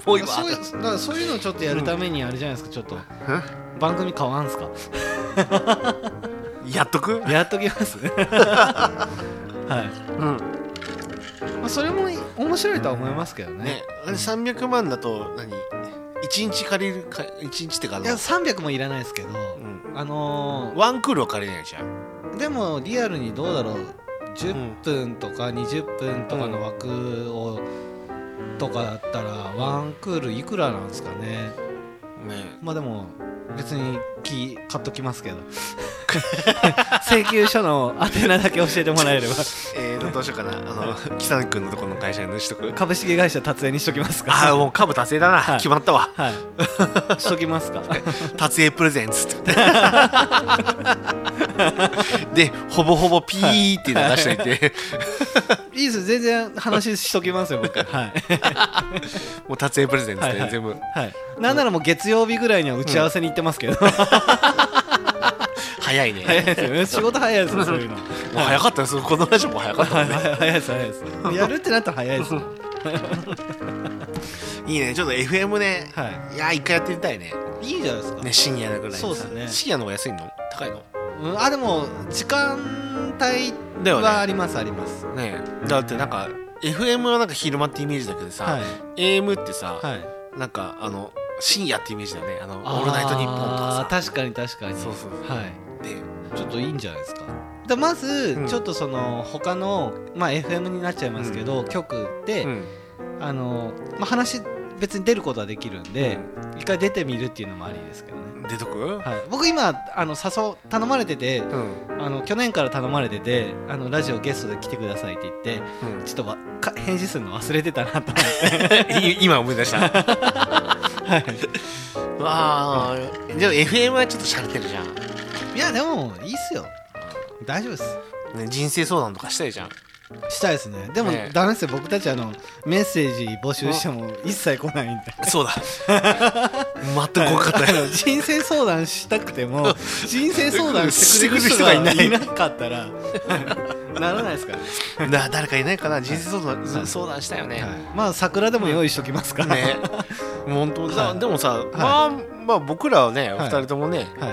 重いわ
そういうだからそういうのをちょっとやるためにあれじゃないですかちょっと番組変わんすか
やっとく
やっときますね はい、
うん
まあ、それもい面白いとは思いますけどね
ねあれ300万だと何一日借りるか一日ってかあの
いや300もいらないですけど、
ん
あのー
ワンクールは借りれないじゃん
でもリアルにどうだろう10分とか20分とかの枠を、とかだったらワンクールいくらなんですかね
ね
まあでも別にき買っときますけど 請求書の宛名だけ教えてもらえれば
えーと、どうしようかなあの北野君のところの会社にしとく
株式会社達也にしときます
ああ
か
もう株達成だな、
はい
決まったわ
はいしときますか
達成プレゼンツって でほぼほぼピーっていうの出しといて、
いいです全然話しときますよ僕はい
もう達成プレゼンツで、
はいはい
全部
はいなんならもう月曜日ぐらいには打ち合わせに行ってますけど、
早い ね
早いですよね 仕事早いですねそういうの
もう早かったですこのラジオも早かったもんね
はい早いです早いです やるってなったら早いです
いいねちょっと FM ね、、
はい
やー一回やってみたいね
いいんじゃないですか、
ね深夜だぐらい
そうですね
深夜の方が安いの高いの
うん、あでも時間帯
だよね
はありますあります
ねだってなんか FM はなんか昼間ってイメージだけどさ、
はい
AM ってさ、
はい
なんかあの深夜ってイメージだよねあの「オールナイトニッポン」と
あ
か
ー確かに確か
さ
に
そうそうそう
はい
で
ちょっといいんじゃないですかでまず、
うん
ちょっとその他の、まあ、FM になっちゃいますけど、曲で、
うん
あのまあ、話別に出ることはできるんで、一回出てみるっていうのもありですけどね、
出とく
はい、僕今あの誘う頼まれてて
うん
あの去年から頼まれててあのラジオゲストで来てくださいって言って
うん
ちょっとわか返事するの忘れてたなと思って
い今思い出した わあでも FM はちょっとしゃれてるじゃん、
いやでもいいっすよ大丈夫です
ね、人生相談とかしたいじゃん
したいですねでも、
ねえ
ダメですよ僕たちあのメッセージ募集しても一切来ないんで
そう だ全く怖かったよ
あの人生相談したくても人生相談してくれる
してくれる
人
人が
が
い
い
な
ないいかった らならないですから、
な誰かいないかな人生相談,、相談したよね、
はいまあ桜でも用意しときますから、
ね 本当だ、
はい
でもさ、まあまあ僕らはね、
はい
2人ともね
は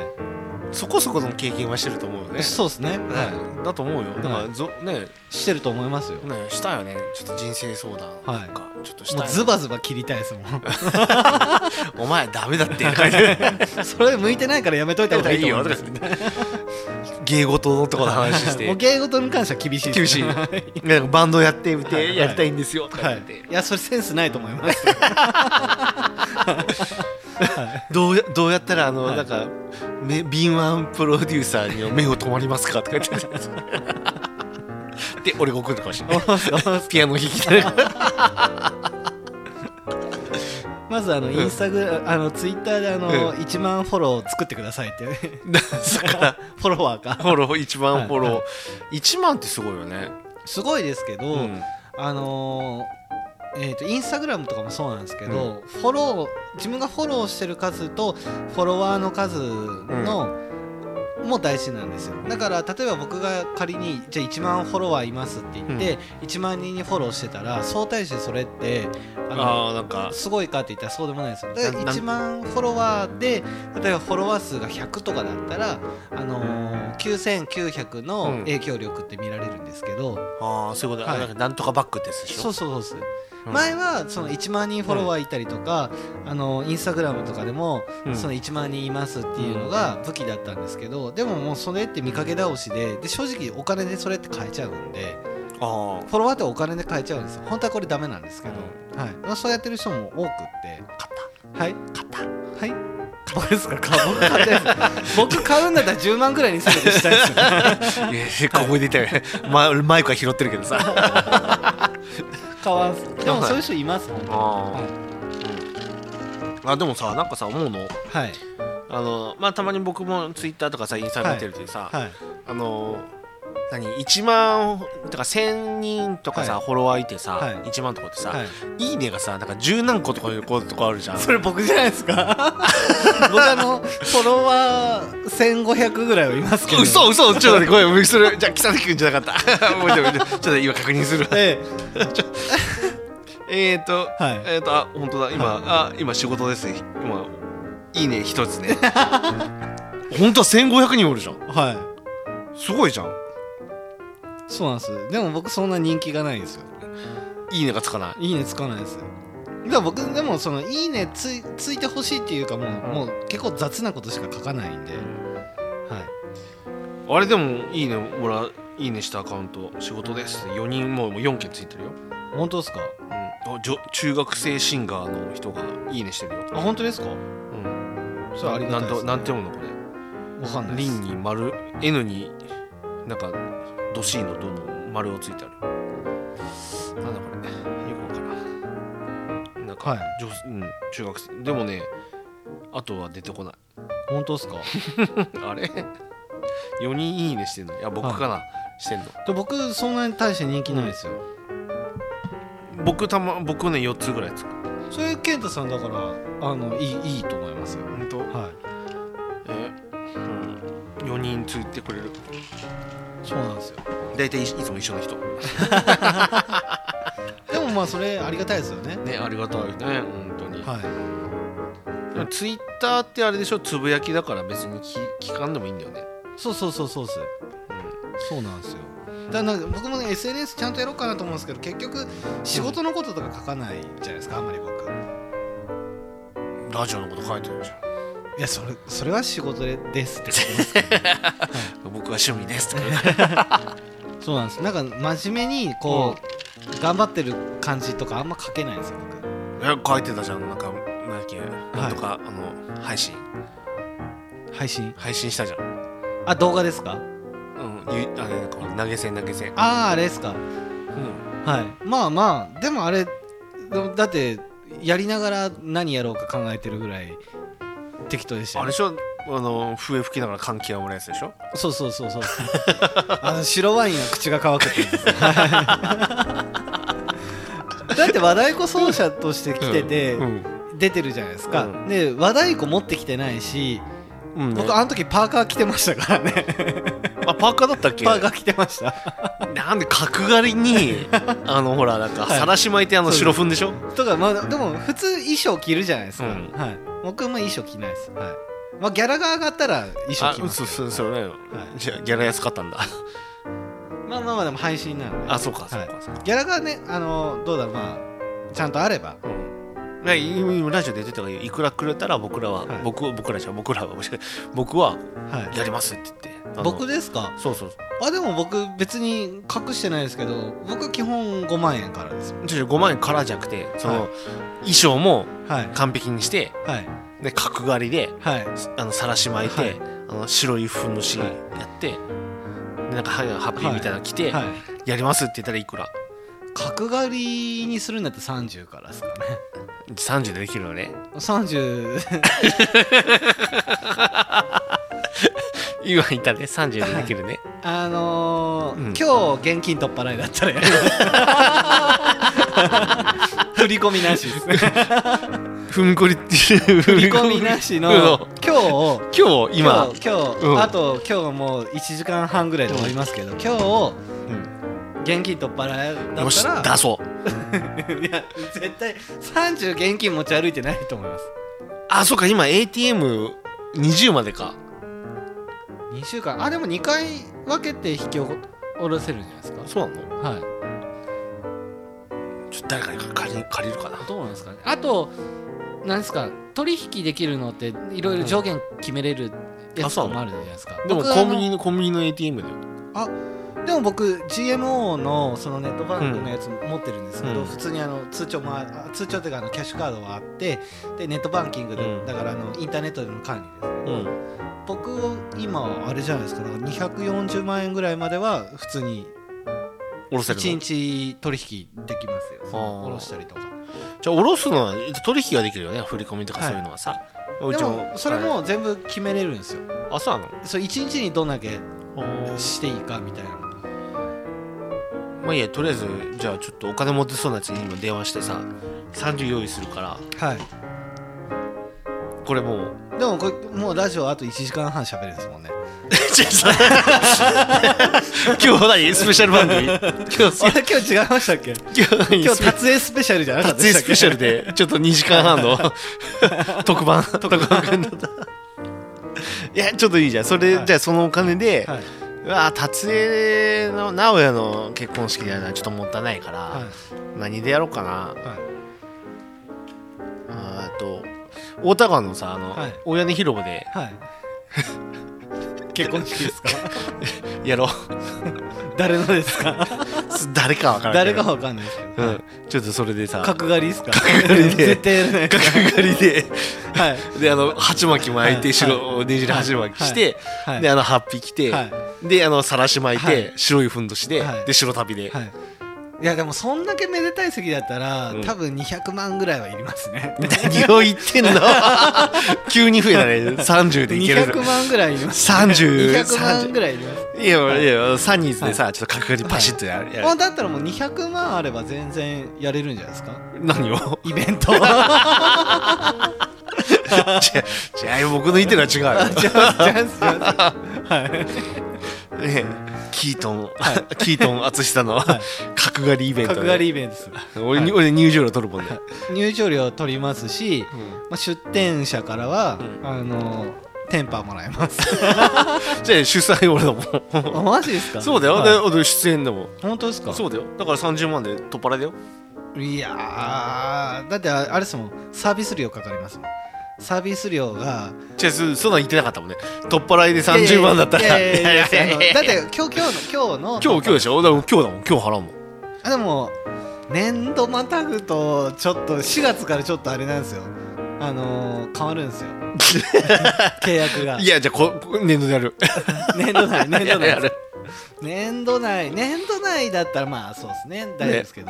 そこそこの経験はしてると思うよね
い、そうですね、は
はいだと思うよだから、ぞね
い、してると思いますよ
ねしたよねちょっと人生相談
はい
なんかちょっとした
も
いう
ズバズバ切りたいですもん
お前ダメだって書いて ある
それ向いてないからやめといた方がいい と思うん
い
で
いよ
す
と芸事のとこの話し て
もう芸事に関しては厳しい
厳しい
は
なんかバンドやってみ
はいは
て
い
やりたいんですよとか言っ
い
て、
いやそれセンスないと思い ます
どうやどうやったらあの、なんかめ敏腕プロデューサーに目を止まりますか とか言ってで俺が送るかもしれないピアノ弾き ながら
まずあのインスタグラあのツイッターであの1万フォロー作ってくださいって
そっから
フォロワーか
フォロー1万フォロー、
はい
1万ってすごいよね
すごいですけど、
うん
あのーえー、とインスタグラムとかもそうなんですけど、フォロー自分がフォローしてる数とフォロワーの数の、も大事なんですよだから例えば僕が仮にじゃあ1万フォロワーいますって言って、1万人にフォローしてたら相対してそれってあの
ああなんか
すごいかって言ったらそうでもないですよだか
な
ら
ん
1万フォロワーで例えばフォロワー数が100とかだったら、あのー9900の影響力って見られるんですけど、
ああそういうこと
は
あ
い
なんかなんとかバックってやつでしょ
そうそうそうです、
うん
前はその1万人フォロワーいたりとか、あのインスタグラムとかでも
うん
その1万人いますっていうのが武器だったんですけどでももうそれって見かけ倒しでで正直お金でそれって買えちゃうんで
あ
フォロワーってお金で買えちゃうんですよ本当はこれダメなんですけど、はいまあ、そうやってる人も多くって買ったはい買ったはい僕ですか買僕買ってない です僕買うんだったら10万ぐらいにするとしたいですよ
あいやここで言ったよねまマイクは拾ってるけどさ
買わんすでもそういう人いますもん
ああでもさなんかさ思うの
はい
あのまあたまに僕もツイッターとかさインスタ見てるとさ、
はい
あの何1万とか1000人とかさ、
は
フォロワーいてさ、
はい
1万とかってさ、
はい
い、いねがさなんか十何個とかいうこととかあるじゃん
それ僕じゃないですか 僕あのフォロワー1500ぐらいはいますけど
嘘嘘ちょっと待ってごめんそれじゃあ北崎君じゃなかった 覚えてる覚えてるちょっと今確認するわ
え
えーと、
はい
えーとあ本当だ今、あ今仕事ですね今いいね一つ ね本当は1500人おるじゃん
えは
すごいじゃん
いそうなんですでも僕そんな人気がないんですよ
いいねがつかない
いいねつかないですよだから僕でもその「いいねつい」ついてほしいっていうかもう,、もう結構雑なことしか書かないんで、はい
あれでもいいねもらいいねしたアカウント仕事です4人もうもう4件ついてるよ、
本当ですか
うん、あじょ中学生シンガーの人がいいねしてるよ
あ本当ですか
うん
それありが
なん
たいで
と
す、
なんて読むのこれ
わかんないで
リ
す
ンに丸 N になんかドシーのどの丸をついてあるなんだこれよくわからんなんか、
はい
女うん、中学生でもねあとは出てこない
本当ですか
あれ4人いいねしてんのいや僕かな、してんの
で僕そんなに大して人気ないですよ、
僕たま僕ね4つぐらいつく
それ健太さんだからあのいいいいと思いますよ
本当
はい
えうん、4人ついてくれる
そうなんですよ
大体いいつも一緒の人ね
でもまあそれありがたいですよね
ありがたいね本当に、
はい
でもツイッターってあれでしょつぶやきだから別に聞聞かんでもいいんだよね
そうそうそうそうっす、そうなんですよだからなんか僕もね SNS ちゃんとやろうかなと思うんですけど結局仕事のこととか書かないじゃないですかあんまり僕
ラジオのこと書いてるじゃ
いやそれそれは仕事でですってことです
ん僕は趣味ですとか
そうなんですなんか真面目にこう、頑張ってる感じとかあんま書けないんですよ僕
え書いてたじゃんなんかなんだっけ、なんとかあの配信
配信
配信したじゃん
あ動画ですか
うんゆあれなんかほら投げ銭投げ銭
あああれですか
うん
はいまあまあでもあれだってやりながら何やろうか考えてるぐらい適当でしたよ
あれでしょあの笛吹きながら換気がもらうやつでしょ
そうそうそう そうあの白ワインは口が乾くって やつですだって和太鼓奏者として来てて
うん、
出てるじゃないですか、
う
で和太鼓持ってきてないし、
うんね
僕あの時パーカー着てましたからね
あパーカーだったっけ
パーカー着てました
なんで角刈りに あのほらなんかさらし巻いてあの白粉でしょ
とかまあでも普通衣装着るじゃないですか、
うん
はい僕はまあ衣装着ないですはいまあギャラが上がったら衣装
あ
着
う
ます
そうそうそうね
い
じゃあギャラ安かったんだ
まあまあまあでも配信なので
あそうかそう
はい
かそうか
ギャラがねあのどうだろうまあちゃんとあれば
うんね今ラジオで出てたからいくらくれたら僕らは、
はい
僕僕らじゃ僕らはもし僕は
はい
やりますって言ってあの
僕ですか
そうそう
あでも僕別に隠してないですけど僕基本5万円からです
ちょ5万円からじゃなくてその、
はい
衣装も
はい
完璧にして
はい
で角刈りで
はい
あのさらし巻いて、
はい
あの白いふんのシ
は
ーンやって、でなんかはいハッピーみたいなの着て、
はい
やりますって言ったらいくら
角刈りにするんだったら30からですかね
30でできるのね
30
今言ったね30でできるね
あのー
うん
今日現金取っ払いだったらやる振り込み なしですね
ふんこりっていう
振り込みなしの今日
今日今
今日今日、
うん
あと今日もう1時間半ぐらいで終わりますけど今日、現金取っ払いだ
よし
った
出
ら
そ う
いや絶対30現金持ち歩いてないと思います
あそうか今 ATM20 までか
2週間あでも2回分けて引き下ろせるんじゃないですか
そうなの
はい
ちょっと誰かに借り借りるかな
どうなんですかねあとなんですか取引できるのっていろいろ上限決めれるや
あ
つ
そう
とかもあるじゃないですか、
でも
僕あ
コ
の
ンビニのコンビニの ATM だよ
でも僕 GMO のそのネットバンクのやつ持ってるんですけど、
うん
普通にあの通帳もあ通帳というかあのキャッシュカードはあってでネットバンキングで、
うん
だからあのインターネットでの管理ですね
うん
僕今あれじゃないですかだから240万円ぐらいまでは普通に
おろせる
1
の
日取引できますよ
あー
おろしたりとか
じゃあおろすのは取引ができるよね振り込みとかそういうのはさ、う
で
ち
もそれ
はい
も全部決めれるんですよ
あそうなの
そう1日にどんだけ
あ
していいかみたいな
まあいいやとりあえずじゃあちょっとお金持ってそうなやつに今電話してさ30用意するから
はい
これもう
でもこれもうラジオあと1時間半喋るんですもんね
ちょっと 今日何スペシャル番組今日
あれ今日違いましたっけ
今日
今日撮影スペシャルじゃなかった
撮
でした
影
っ
ス
け
ペシャルでちょっと2時間 半の特番特番組だったいやちょっ といいじゃんそれ、
はい
じゃあそのお金で、
はいう
わ達也の直哉の結婚式でやるのはちょっともったいないから、
は
何でやろうかな
はい
あーあと大田川のさあの、
はい
大屋根広場で
はい結婚式ですか
やろう
誰のですか
誰かわからんけ
誰
ど
かわかんないですけど、
うん、ちょっとそれでさ
角刈りですか角
刈りで
絶対やらない
角刈りで
はい
であの鉢巻き巻いて、
はい
白ねじり鉢巻きして、
はい
であのハッピ着て、
はい
であのさらし巻いて、
はい
白いふんどしで、
はい
で白旅で、
はいいやでもそんだけめでたい席だったら、
うん
多分200万ぐらいはいりますね
何を言ってんの 急に増えたね30でいける
200万ぐらいいります
30
200万ぐらいいります
いやいやサニーズでさ、ちょっと角刈りパシッとやる、やる
まあだったらもう200万あれば全然やれるんじゃないですか
何を
イベントあ
じゃあ僕の言ってるのは違うよ
違います違います
ねキートン、 キートン淳さんの角刈りイベント
角
で
刈りイベントです
俺に、俺入場料取るもんね、
入場料取りますし、まあ、出店者からは、
うん
あのテンパーもらえます
じゃあ主催俺 だもん
あマジですか
そうだよ、
はい
で俺出演だもん
本当ですか
そうだよだから30万で取っ払いだよ
いやーだってああれですもんサービス料かかりますもんサービス料が
じゃあそそんなん言ってなかったもんね取っ払いで30万だったら
いやいやいやいやいやいやいやだっ
今日
て今日今日の今日の
今日でしょだから今日だもん今日払うもん
あでも年度またぐとちょっと4月からちょっとあれなんですよあのー変わるん ですよ契約が
いやじゃあここ年度でやる
年度内年度
や
内
る
年度内年度内だったらまあそうですね大丈夫ですけど、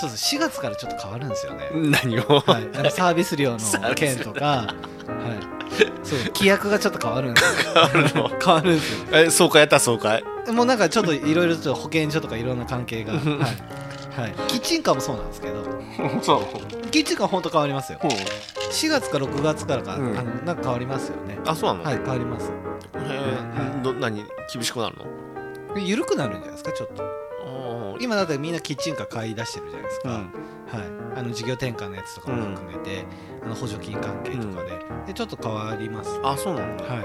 そうそう4月からちょっと変わるんですよね、
何を、
はい、あのサービス料
サー
の
ビス
件とか、はい、 そう規約がちょっと変わるんですよ
変わるの
変わるんですよ
え総会やったら総会
もうなんかちょっといろいろと保健所とかいろんな関係が、はいはい、キッチンカーもそうなんですけど
そう
キッチンカーほんと変わりますよ4月か6月からか、
うん
あのなんか変わりますよね
あそうなの、
はい変わります
えーど何厳しくなるの
緩くなるんじゃないですかちょっと
あー
今だってみんなキッチンカー買い出してるじゃないですか、はい、あの事業転換のやつとかも含めて、あの補助金関係とかで,、でちょっと変わります、
あそうなんだ、
はい
へ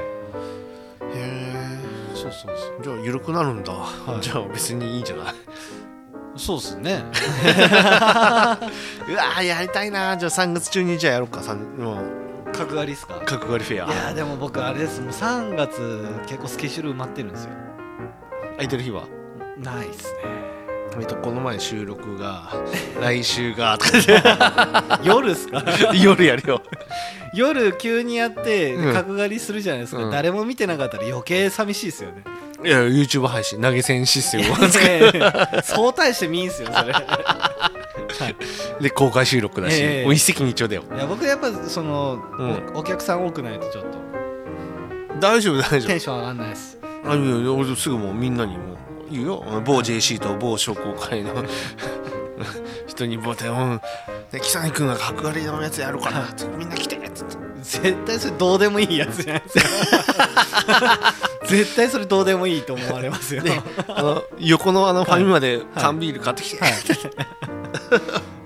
えそうそうそうじゃあ緩くなるんだ、
い
じゃあ別にいいんじゃない
そうですね
うわーやりたいなーじゃあ3月中にじゃあやろうかさんもう
角刈りっすか
角刈りフェア
いやーでも僕あれですもう3月結構スケジュール埋まってるんですよ
空いてる日は
ないっす ね
えっとこの前収録が 来週がとかで
夜っすか
夜やるよ
夜急にやって
うん
角刈りするじゃないですか、
うん
誰も見てなかったら余計寂しいっすよね
いや YouTube 配信投げ銭システムを使
ねえ相対してみんすよ それ
うで公開収録だし、
ええ
もう一石二鳥だよ
いや僕やっぱその、
ん
おお客さん多くないとちょっと
大丈夫大丈
テンション上がんないです
夫あいやいや俺すぐもうみんなにもう 言うよ某 JC と某商工会の人に某で、うんで木谷君が角刈りのやつやるからってみんな来てっつって
絶対それどうでもいいやつじゃ ないですか絶対それどうでもいいと思われますよ、
あの横のあのファミマで缶ビール買ってきて、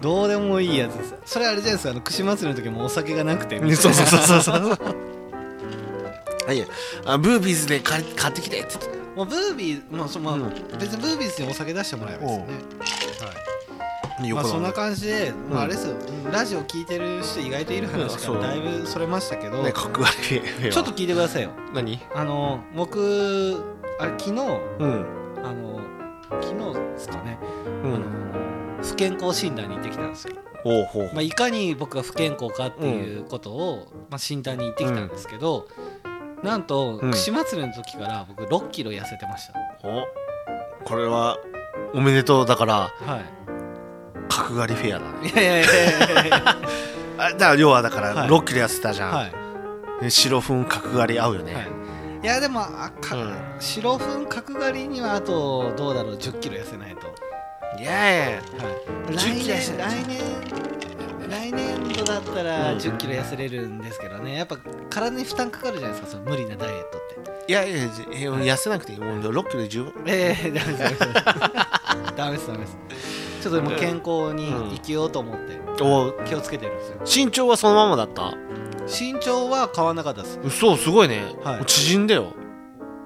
どうでもいいやつですそれあれじゃないですかあの串祭りの時もお酒がなくてみたいな
そうそうそうそうそうはい あブービーズで買い買ってきてっつって
もうブービーもうそ、まあ別にブービーズにお酒出してもらえばいいですよねまあ、そんな感じで、まあ、あれですよ、ラジオ聞いてる人意外といる話か
うん
らだいぶそれましたけど、
ね角刈り
ちょっと聞いてくださいよ
何
あの僕あれ昨日
うん
あの昨日ですかね、
う
あの不健康診断に行ってきたんですよ、
ほうほう
まあ、いかに僕が不健康かっていうことを、まあ、診断に行ってきたんですけど、なんと、
うん
串祭りの時から僕6キロ痩せてまし
おこれはおめでとうだから
たはい
角刈りフェアだね
いやいやいやいや
あだから要はだから
はい
6キロ痩せたじゃん、
はい
ね白粉角刈り合うよね、
はい、いやでもあか、
うん
白粉角刈りにはあとどうだろう1 0キロ痩せないと、
い、やいや
はい、来
10キロ痩せ
年
な
来年来年度だったら1 0キロ痩せれるんですけどねやっぱ体に負担かかるじゃないですかその無理なダイエットって
いやいやいや痩せなくていいもう6キロで十分
え えダメですダメですダメですダメですちょっともう健康に生きようと思って、
お
気をつけてるんですよ
身長はそのままだった
身長は変わらなかったです
嘘すごいね、
はい
縮んだよ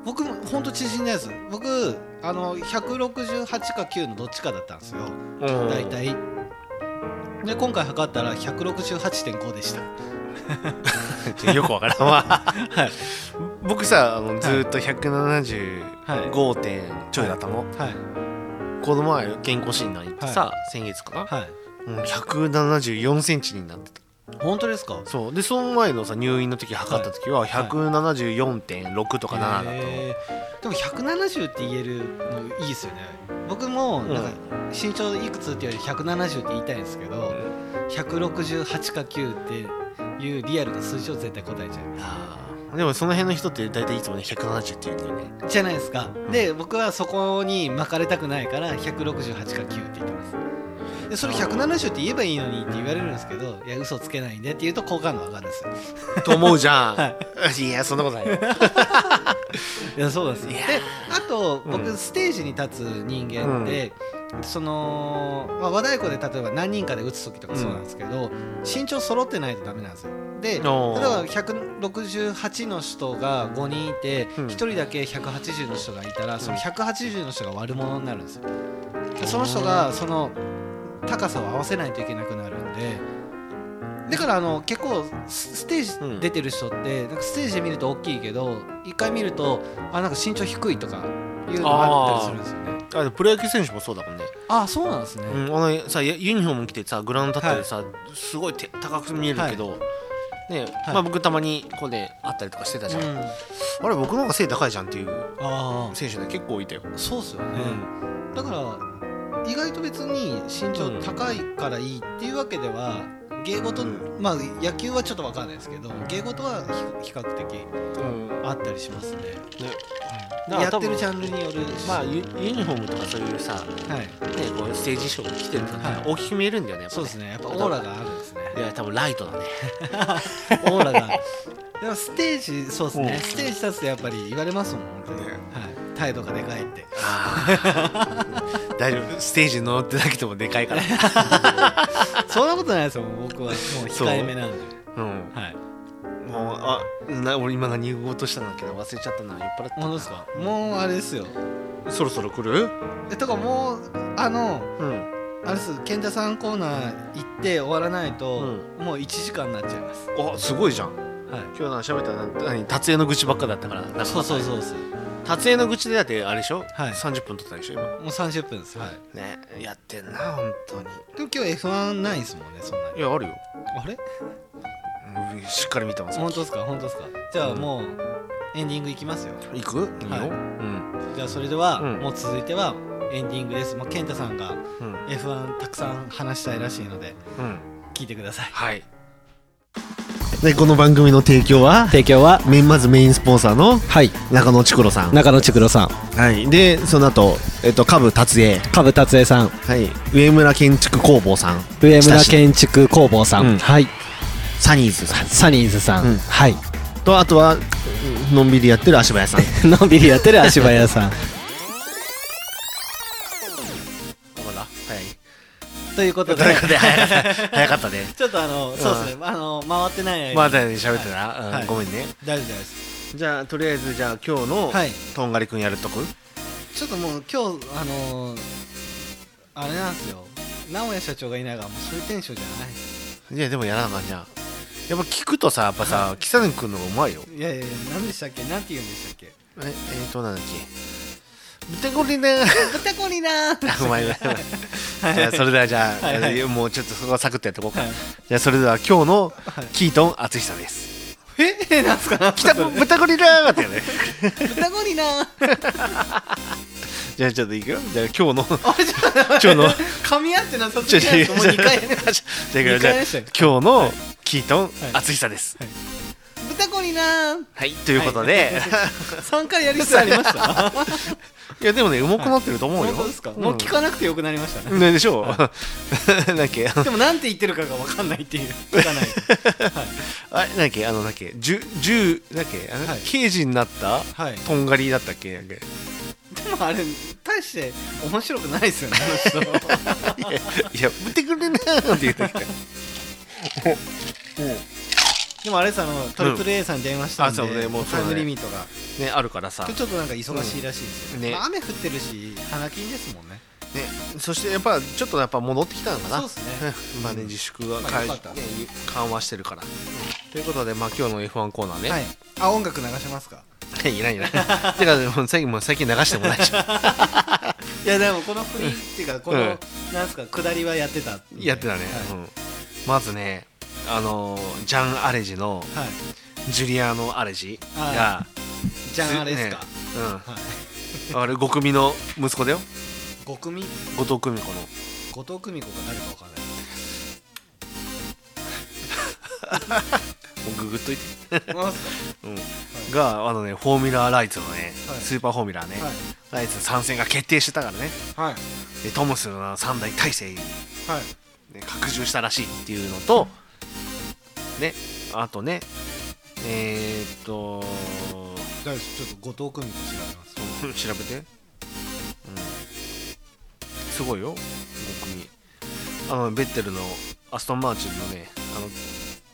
僕もほんと縮んだやつ僕あの168か9のどっちかだったんですよ大体で今回測ったら168.5でした
よくわからんわ、 僕さあのずーっと175点ちょいだったの、
はい
この前健康診断行ってさ、先月か
はい
な、うん、174センチになってた
本当ですか
そうでその前のさ入院の時測った時は174.6とか7だったの、
へーでも170って言えるのいいですよね僕も
うん
なんか身長いくつってより170って言いたいんですけど168か9っていうリアルな数字を絶対答えちゃ
でもその辺の人って大体いつもね170って言うんだよね
うじゃないですかで僕はそこに巻かれたくないから168か9って言ってますでそれ170って言えばいいのにって言われるんですけどいや嘘つけないんでって言うと好感度上がるんですよ
と思う じゃん、 い、やそんなことないよ
いやそうなんですよであと僕、
うん
ステージに立つ人間で、その、まあ、和太鼓で例えば何人かで打つ時とかそうなんですけど、身長揃ってないとダメなんですよで例え
おー
ば168の人が5人いて、
うん
1人だけ180の人がいたらその180の人が悪者になるんですよでその人がその高さを合わせないといけなくなるんでだからあの結構スステー
うん
ジ出てる人って、なんかステージで見ると大きいけど一回見るとあなんか身長低いとかいうのがあったりするんですよね
あでもプロ野球選手もそうだもんね、
ああそうなんですね、
うん、あのさユユニフォーム着てさグラウンド立ってるさ、すごい手高く見えるけど、ね
はい
まあ、僕たまにこうね会ったりとかしてたじゃん、
うんあ
あれ僕の方が背高いじゃんっていう
あ
選手で結構いたよ、
そうっすよね、だから意外と別に身長高いからいいっていうわけでは、芸事、
うん
まあ野球はちょっとわかんないですけど芸事はひ比較的
うん
あったりしますね
だから
や
多
っ
分
てるジャンルによるし
まあユユニフォームとかそういうさ、ね、
はい、
こうステージ衣装着てると
は
ね
い
大きく見えるんだよねやっぱ
そうですねやっぱオーラがあるんですね
いや多分ライトだね
オーラがでもステージそうですねステージ立つとやっぱり言われますもん本当に、
ね
はい、態度がでかいって
大丈夫ステージに乗ってなくてもでかい から
そんなことないですよ僕はもう控えめなんで
うん
はい
もうあな俺今何言おうとしたんだっけど忘れちゃったな酔っ払って
本当ですかもうあれですよ
そろそろ来る
えとかもうあの
うん
あれです健太さんコーナー行って終わらないと、もう1時間になっちゃいます
あすごいじゃん
はい
今日なんか喋ったらな何達也の愚痴ばっかだったからなんか
そうそうそうそう
達也の愚痴でだってあれでしょ、
はい
30分取ったでしょ今
もう30分です、はい、
ねやってんな本当に
でも今日 F1 ないですもんねそんないに
やあるよ
あれ
うんしっかり見たもんさ
本当ですか本当ですかじゃあもうエンディングいきますよ
行くいいよ、
はい
うん
じゃあそれでは、
うん
もう続いてはエンディングです、まあ、健太さんが
うん
F1 たくさん話したいらしいので
うん
聞いてください
はい
でこの番組の提供は
提供は
メインまずメインスポンサーの
はい
中野ちくろさん、
中野ちくろさん
はい、でその後、えっと下部達也、
株達也さん
はい、上村建築工房さん
上村
親しい
建築工房さん、
うん
はい
サニーズさん
サニーズさん、
うん
はい
とあとはうんのんびりやってる足早さん
のんびりやってる足早さん
ということで
ということで早かった 早かったね
ちょっとあのそうですね、あの回ってない間に
まだね喋ってな、うん
はい
ごめんね
大丈夫です
じゃあとりあえずじゃあ今日の
はい
とんがりくんやるとく
ちょっともう今日あのー、あれなんですよ直哉社長がいないからもうそういうテンションじゃない
いやでもやらなあかんじゃんやっぱ聞くとさやっぱさ木更津くんの方がうまいよ
いやいやいや何でしたっけ何て言うんでしたっけ
ええー、となんだっけ豚こりね
豚こりなーって
うまいね じゃあそれではじゃあ、
はいはい
えーもうちょっとそこはサクッとやっていこうか、
はい
じゃあそれでは今日のキートン淳さんです
えなんすかなんす
きた
かそれ
豚こりだーだったよね
豚こりなー
じゃあちょっといくよじゃあ今日 の
あれじゃ あ
今日の
噛み合ってなさす
ちょ
ぎ
ち
な
ょ
いですかもう2回目
じゃあいくよ
二
じゃあ
回目でしたよ
今日のキートン淳さんです
豚こりなー
はい、ということで、
3回やりつつありました
い、やでもねうまくなってると思うよ
本当ですか、 もう聞かなくてよくなりましたね
ねでしょう、なんだっけあの
でもなんて言ってるかがわかんないっていう聞かない
あれなんだっけあのなんだっけじゅ銃なんだっけあの、
はい
刑事になった
はい
とんがりだったっけなんか
でもあれ大して面白くないですよねあの人
いや いや見てくれなーって言ってきて
でもあれですあのトリプル A さんに電話したんで、
あそうねもうそう
タイ
ね
ムリミットが
ねあるからさ
今日ちょっとなんか忙しいらしいですよ、
うんね
まあ雨降ってるし花金ですもんね
ねそしてやっぱちょっとやっぱ戻ってきたのかな
そうですね
まあね自粛が、
まあ
解
よかった
ね緩和してるから、ということでまあ今日の F1 コーナーね、
はいあ音楽流しますか
い、いないいない てかもう最近もう最近流してもな いし
いやでもこの振りっていうかこの、
うん
なんすか下りはやってたんで
やってたね、うん、まずねあのージャン・アレジの
はい、はい、
ジュリアノ・アレジが、
はじゃんあれですか、
ねうん、あれ5組の息子だよ
五組
後藤久美子の
後藤久美子が誰かわかんない
もうググっといて、
なんす
うんがあのねフォーミュラーライツのね、
はい
スーパーフォーミュラーね、
はい
ライツ参戦が決定してたからね
かはい
でトムスの3代体制、ね、
はい
拡充したらしいっていうのとねあとねえー、っと
大丈夫ですちょっと後藤久美子調べます
そう調べて、うん、すごいよ僕にあのベッテルのアストンマーチンのね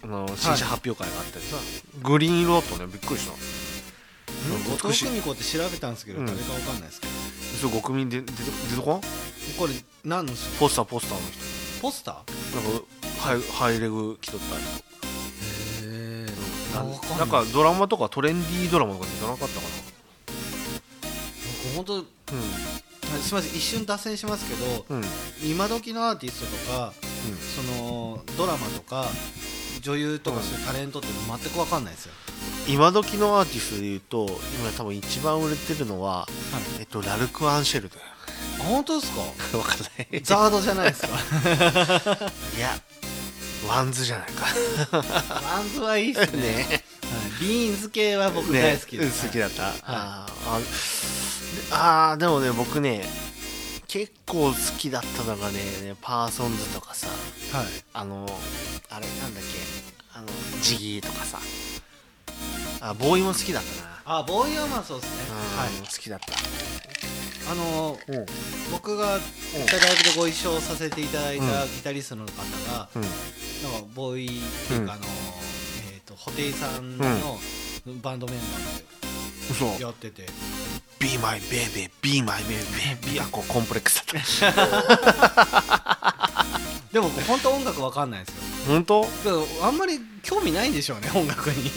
あのあの新車発表会があってさ、グリーン色だったねびっくりしたうん
後
美し
藤
い
久美子って調べたんですけど、
うん
誰かわかんないですけど
そう5組で出て出てこん
これ何の人
ポスターポスターの人
ポスター
なんかハイハイレグ着とった
へ
人
あ
なん
わかんない
なんかドラマとかトレンディードラマとか出てなかったか
え本当
な
すみません一瞬脱線しますけど
うんうん
今時のアーティストとか、
うん
そのドラマとか女優とかそういうタレントって全くわかんないですよ、
今時のアーティストで言うと今多分一番売れてるのは、えっとラルク・アンシェルだよ
あ本当ですか
わかんない
ザードじゃないですか
いやワンズじゃないか
アンズはいいっすね
ね
はいビーンズ系は僕
ね
大好き
う
で
ん
す、
好きだった、あーああーでもね僕ね結構好きだったのがねパーソンズとかさ
はい
あのあれなんだっけあのジギーとかさあボーイも好きだったな
あボーイはまあそうですね
うん、
はい
好きだった
あのー
うん
僕が行ったライブでご一緒させていただいたギタリストの方が、
うん
なんかボーイっていうか、
う
あのーえっ、と布袋さんのバンドメン
嘘
バーでやってて、
Be my baby Be my baby ビアココンプレックスだった
でも僕本当音楽わかんないんですよ
本当
だからあんまり興味ないんでしょうね音楽に、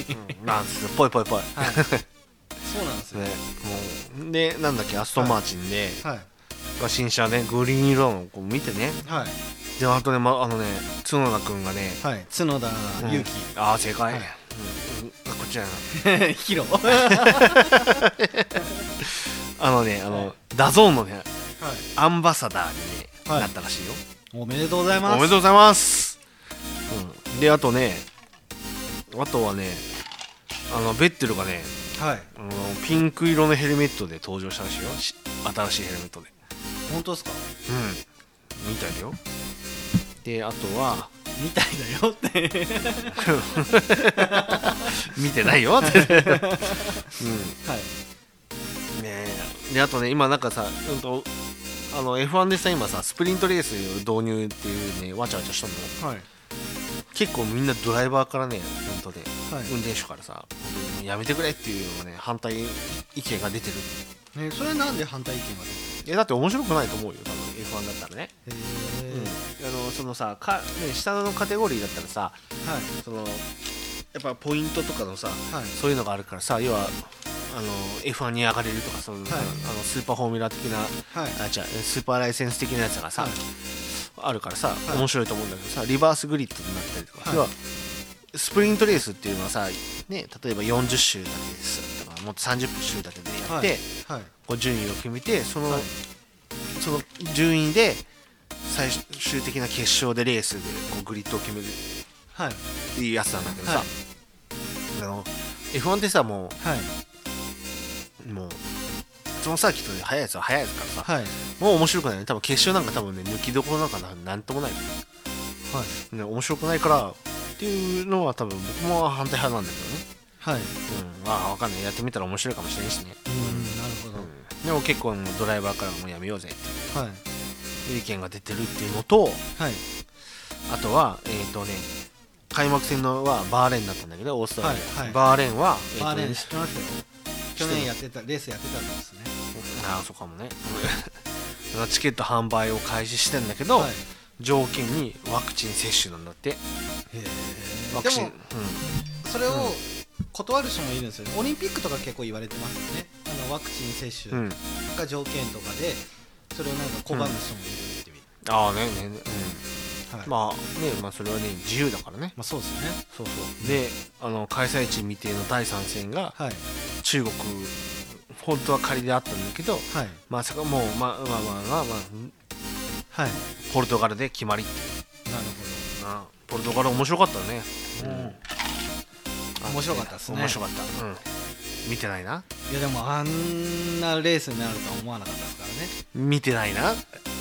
なんすぽいぽいぽい
はい、そうなんですよ、
ねもうでなんだっけアストンマーチンで、
はい
が新車ねグリーン色のこう見てね
はい
であとね、ま、あのね角田君がね
はい角田
うん
裕樹、
ああ正解、
はい
うんうんあこっちじゃな い
ヒロ
あのねあの、ダゾーンのね
はい
アンバサダーに、ね
はい
なったらしいよ
おめでとうござい
お
ます
めでとうございます、うん、であとねあとはねあのベッテルがね
はい
あのピンク色のヘルメットで登場したらしいよし新しいヘルメットで
本当ですか
うんみたいだよであとは
みたいだよって
見てないよって、うん、ね
はい
えであとね今なんかさ、うん、とあの F1 でさ今さスプリントレース導入っていうねわちゃわちゃしたの
はい
結構みんなドライバーからね本当で
はい
運転手からさやめてくれっていうのがね反対意見が出てる
ね、それなんで反対意見が
えだって面白くないと思うよ多分 F1 だったらね、
出て
うん、あのそのさか、ね、下のカテゴリーだったらさ
はい
そのやっぱポイントとかのさ、
はい
そういうのがあるからさ要はあの F1 に上がれるとかその、あのスーパーフォーミュラ的な
はい
あじゃあスーパーライセンス的なやつがさ、
はい
あるからさ、
い
面白いと思うんだけどさリバースグリッドになったりとか、
はい
要はスプリントレースっていうのはさ、ね、例えば40周だけですとかもっと30周だけでやって、
はい
こう順位を決めてその,、
はい
その順位で最終的な決勝でレースでこうグリッドを決める
はい
っていうやつなんだけどさ、
はい
あの F1 ってさも
はいう
もうそのサーキットで速いやつは速いやつからさ、
はい
もう面白くないね多分決勝なんか多分ね抜きどころなんかななんともない、ね、面白くないからっていうのは多分僕も反対派なんだけ
はい
どね、うん、まあ分かんないやってみたら面白いかもしれんしね、
うんなるほ
でも結構もうドライバーからもうやめようぜっ
どはい
ていう意見が出てるっていうのと
はい
あとはえっ、ー、とね開幕戦のはバーレーンだったんだけどオーストラリア、
はいはい
バーレーンは、えーとね
バーレーン知ってましたよ去年やってたレースやってたんですね
ああそうかもね チケット販売を開始してんだけど、
はい
条件にワクチン接種なんだってワクチン
でもそれを断る人もいるんですよねオリンピックとか結構言われてますよねあのワクチン接
うん、う
種
ん、
が条件とかでそれをなんか拒む人もいるっていう、
ああねねね
はい
うん、まあねまあそれはね自由だからね
まあそうですよね
そうそうであの開催地未定の第3戦が
はい
中国本当は仮であったんだけど
はい
まさかもうまあまあまあまあ、まあ、
はい
ポルトガルで決まりって
なる
いうなポルトガル面白かったね
ほど、面白かったですね
面白かった、うん、見てないない
やでもあんなレースになるとは思わなかったですからね
見てないない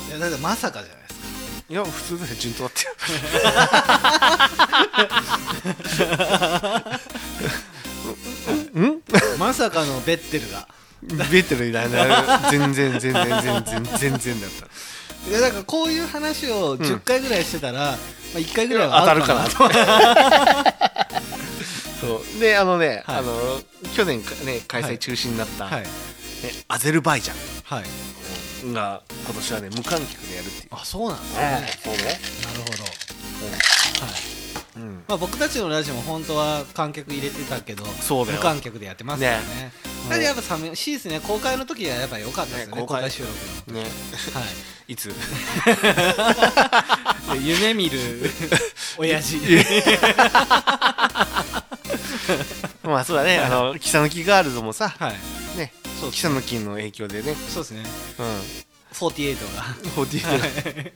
やだってまさかじゃないですか
いや普通だよ順当だ ったよ
まさかのベッテルが
ベテルいらない全然全然全然全然だった
いやだからこういう話を10回ぐらいしてたら、まあ、1回ぐらいは
当た
合う
るかな
な
と そうであのね、
はい
あの去年かね開催中止になった、
はい
ね、アゼルバイジ
はい
ャンが今年はね無観客でやるっていう
あそうなんですねなる
そうね
ほど、はい
うん
まあ、僕たちのラジオも本当は観客入れてたけど
そうだよ
無観客でやってますからね
ね
だってやっぱ寂しいですね公開の時はやっぱ良かったですね
ね
公
公開
開収録の、
ね
はい
つ
い、夢見る 親父
まあそうだねあのキサノキガールズもさ
はい
ね
そうで
キ
す
サ
ね
ノキの影響でね
そうですね
うん
48が
48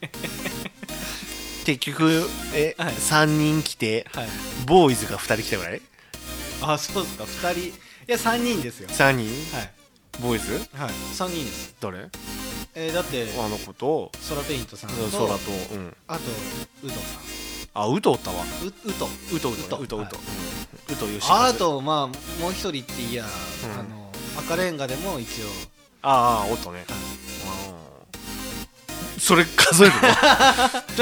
結局え、
はい
3人来て
はい
ボーイズが2人来たぐらい
あそうですか2人いや3人ですよ
3人
はい
ボーイズ
はい3人です
誰あ
えー、だって
の子と
ソラペイントさんと
空と、うん、
あとウドさん
あウトおったわ
ウウト
ウトウ
ト
トウトウ
は
トウトよし
ああとまあもう一人言っていや、
うん
あの赤レンガでも一応
ああおったねうんそれ数えるの ちょっと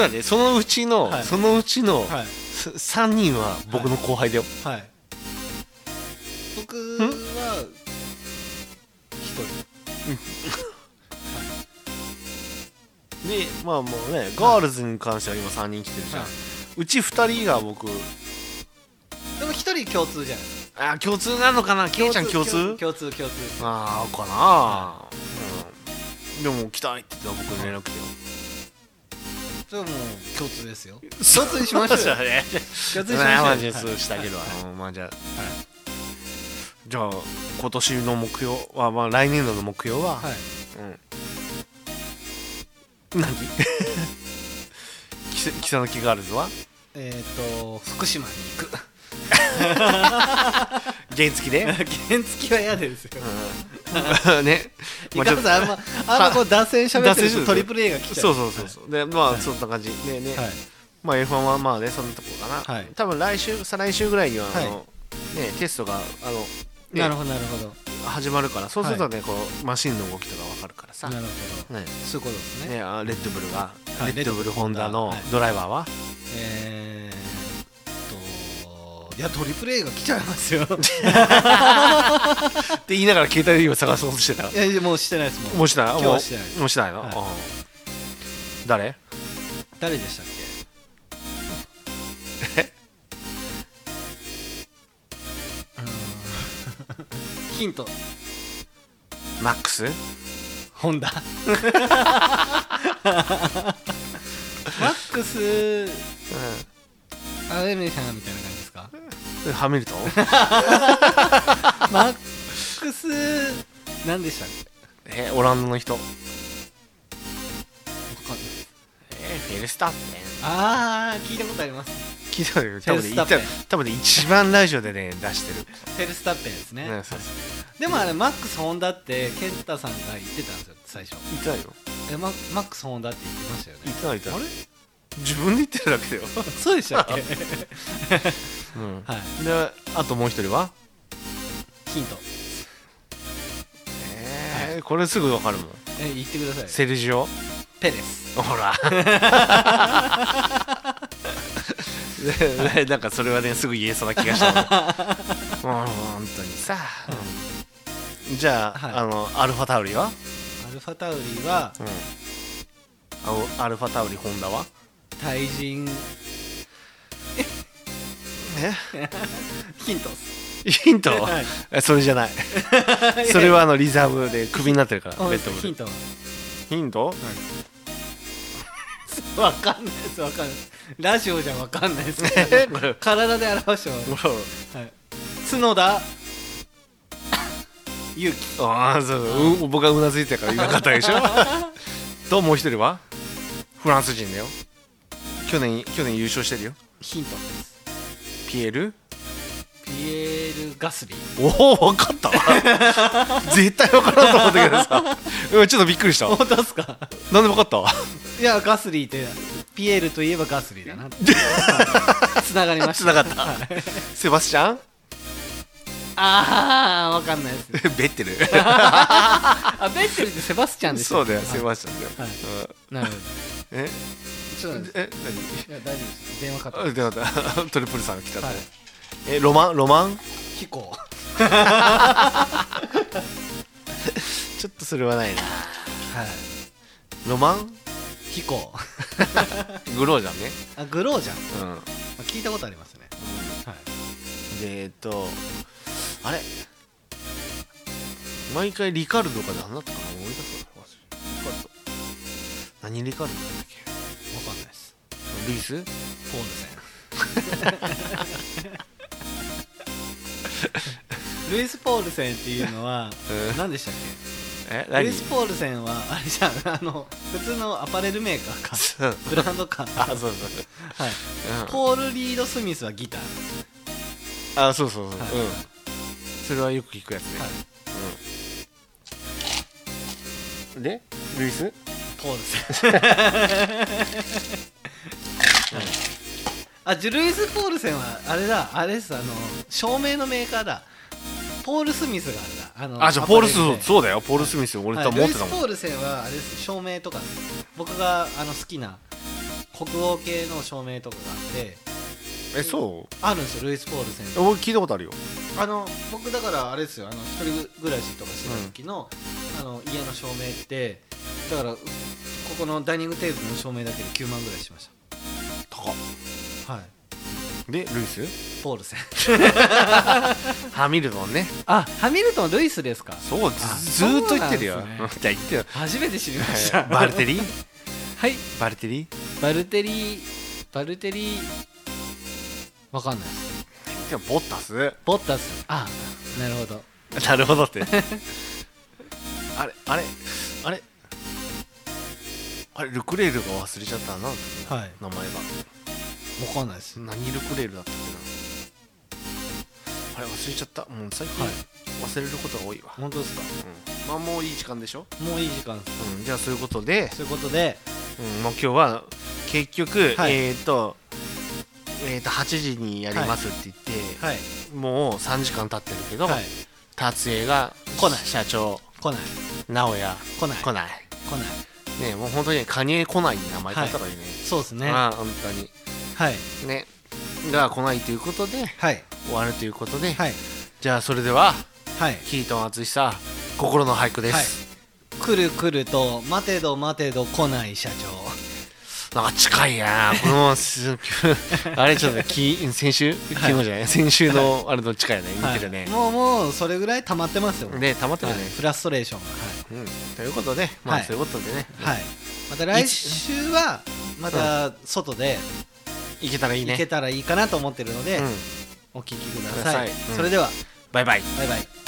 待ってそのうちの、
はい
そのうちの
はい
3人は僕の後輩だよ、
はい僕は一人
でまあもうねガールズに関しては今3人来てるじゃん、
はいう
ち2人が僕
でも一人共通じゃないですか
あー共通なのかなケイちゃん共通
共通共通
ああかなー、うん、でも来たいって言ったら僕連絡来てよ
それはもう共通ですよ共通にしましょう よ
そうだね
共通にしましょうよ
ま
は
あ
い
じゃあそうしてあげるわ、うんまあじゃあ、じゃあ今年の目標はまあ来年度の目標は、
はい
うん何 キサキサノキガールズは
えっ、ー、と福島に行く
原付 で、
原付は嫌ですよ
うん、ね
いかんせんあんまあんまこう脱線しゃべってるとトリプル A が来ちゃう
そうそうそうそうでまあそんな感じでね、
はい
まあ F1 はまあねそんなとこかな、
はい
多分来週再来週ぐらいにはあの、
は
ねテストがあのね
なるほどなるほど
始まるからそうするとね、こうマシンの動きとかわかるからさ、
な
ね
るほどそういうことですね
ね、あレッドブルが、
はい
レッドブルホンダの
レッドブルホンダはい
ドライバーは、
えーっといやトリプル A が来ちゃいます よ
って言いながら携帯で今探そうとしてた
いやいやもうしてないですもん
もうしない
今日
も
は
う
してない
もうしないの、
はい
うん誰
誰でしたっけうん ヒント
マックス
ホンダマックスアウェメさんみたいな感じですか
うんハミ ルトン
マックス何でしたっけ
えオランダの人
わかんない
えフェルスタッフェン
ああ聞いたことあります
聞いたことあるよ多分ね
フェルスタッフェン
多分ね一番ラジオでね出して
フ
る
ェルスタッペンですね、
ねそうそう
でもあれマックス・ホンダって健太さんが言ってたんですよ最初
いたよ
えママックス・ホンダって言ってましたよ
い
ね
たいたあれ自分で言ってるだけだよ、
そうでしたっけはい
うん、であともう一人は
ヒント
えー、これすぐわかるもん
え言ってください
セルジオ
ペレス
ほ らねなんかそれはねすぐ言えそうな気がした 俺もう本当にさ、うんじゃあ,、
はい
あのアルファタウリは、
アルファタウリは
あおアルファタウリホンダは
対人 ヒントっす
ヒント、
はい
えそれじゃないそれはあのリザーブでクビになってるから
あ
ベッドブ
ヒン
ル
トは
ヒント
わかんないですわかんないラジオじゃわかん ないですけど体で表しても
ほら
角田勇気
ああそうう僕がうなずいてたから言わなかったでし ょともう一人はフランス人だよ去年去年優勝してるよ
ヒント
ピエール
ピエール・ガスリー
おお分かった 絶対分からんと思ったけどさうんちょっとびっくりした
本当ですか
なんで分かった
いやガスリーってピエールといえばガスリー だなつながりまし
つ
た
ながったセバス チャン
ああわかんないです
ベッテル
あベッテルってセバスチャンでした
そうだよセバスチャンだ
は
よ、
いなるほど
うんえ
ちょっと待って
え
いや大丈夫です電話かか
何あでまた トリプルさんが来たんで、
はい
えロマンロマン
飛行
ちょっとそれはないなロマン
飛行
グローじゃんね
あグロージャン、ま
うん
あ、聞いたことありますね
でえっとあれ毎回リカルドが何だったかな思い出すの忘れリカルド何リカルドなんだっけ
わかんないです
ルイス
ポールセンルイス・ポールセンっていうのは
うん
何でしたっ
え
けルイス・ポールセンはあれじゃんあの普通のアパレルメーカーか
そう
ブランドか、は
あそうそう
い、
そう、
ポール・リード・スミスはギター
うん、あそうそうそう、
はい
うんそれはよく聞くやつね、
はい
うんでルイス
ポールセン あジュルイス・ポールセンはあれだあれですあの照明のメーカーだポール・スミスがあれだあの
あじゃあポールス
アパレ
ミ
ル
ス
で
そうだよポールスミス俺
は
多
い
分
ル
持っ
イ
て
ス・
たもん、
ポールセンはあれです照明とかです僕があの好きな北欧系の照明とかがあって
えそ
あるんですよルイス・ポールセン
う俺聞いたことあるよ
あの僕だからあれですよあの一人暮らしとかしてた時の,、あの家の照明ってだからここのダイニングテーブルの照明だけで9万ぐらいしまし
高った
はい
でルイス
ポールセン
ハミルトンね
あハミルトンルイスですか
そうずずーっと言ってるよ
そうなんです
じゃあ 言ってよ
初めて知りました
バルテリ
はい
バルテリ
バルテリーバルテリーわかんないです
でもボッタス
ボッタスあなるほど
なるほ どってあれあれあれあれルクレールが忘れちゃったな、
はい
名前が
わかんないです
何ルクレールだったっけあれ忘れちゃったもう最近忘れることが多いわ、
本当ですか
うんまあもういい時間でしょ、
もういい時間です
うん、じゃあそういうことで、
ということで
うん、もう今日は結局、
はい
えっ、とえー、と8時にやりますって言って、
はい
もう3時間経ってるけど、
はい
達也が
来ない
社長
来ない
直哉
来ない来
来ない
ない
ねえもう本当にねカニエ来ないに名前変えたらいいね、
そうですね
まあ本当に
はい
ねが来ないということで
はい
終わるということで、
はい
じゃあそれでは
はい
キートン淳さん心の俳句です、
来る来ると待てど待てど来ない社長
なんか近いなこのすあれちょっとき先週昨日じゃない、先週のあれと近いね見てるね、
もうもうそれぐらい溜まってますよ、はい、
で溜まってるね、
フラストレーションが
うん、ということでまあ
はい
そういうことでね、
はい、はい、また来週はまた外で
い、けたらいい
行
ね
けたらいいかなと思ってるので、
うん、
お聞きくだ
くだ
さ
さ
い
いうん
それでは
バイバイ
バイバイ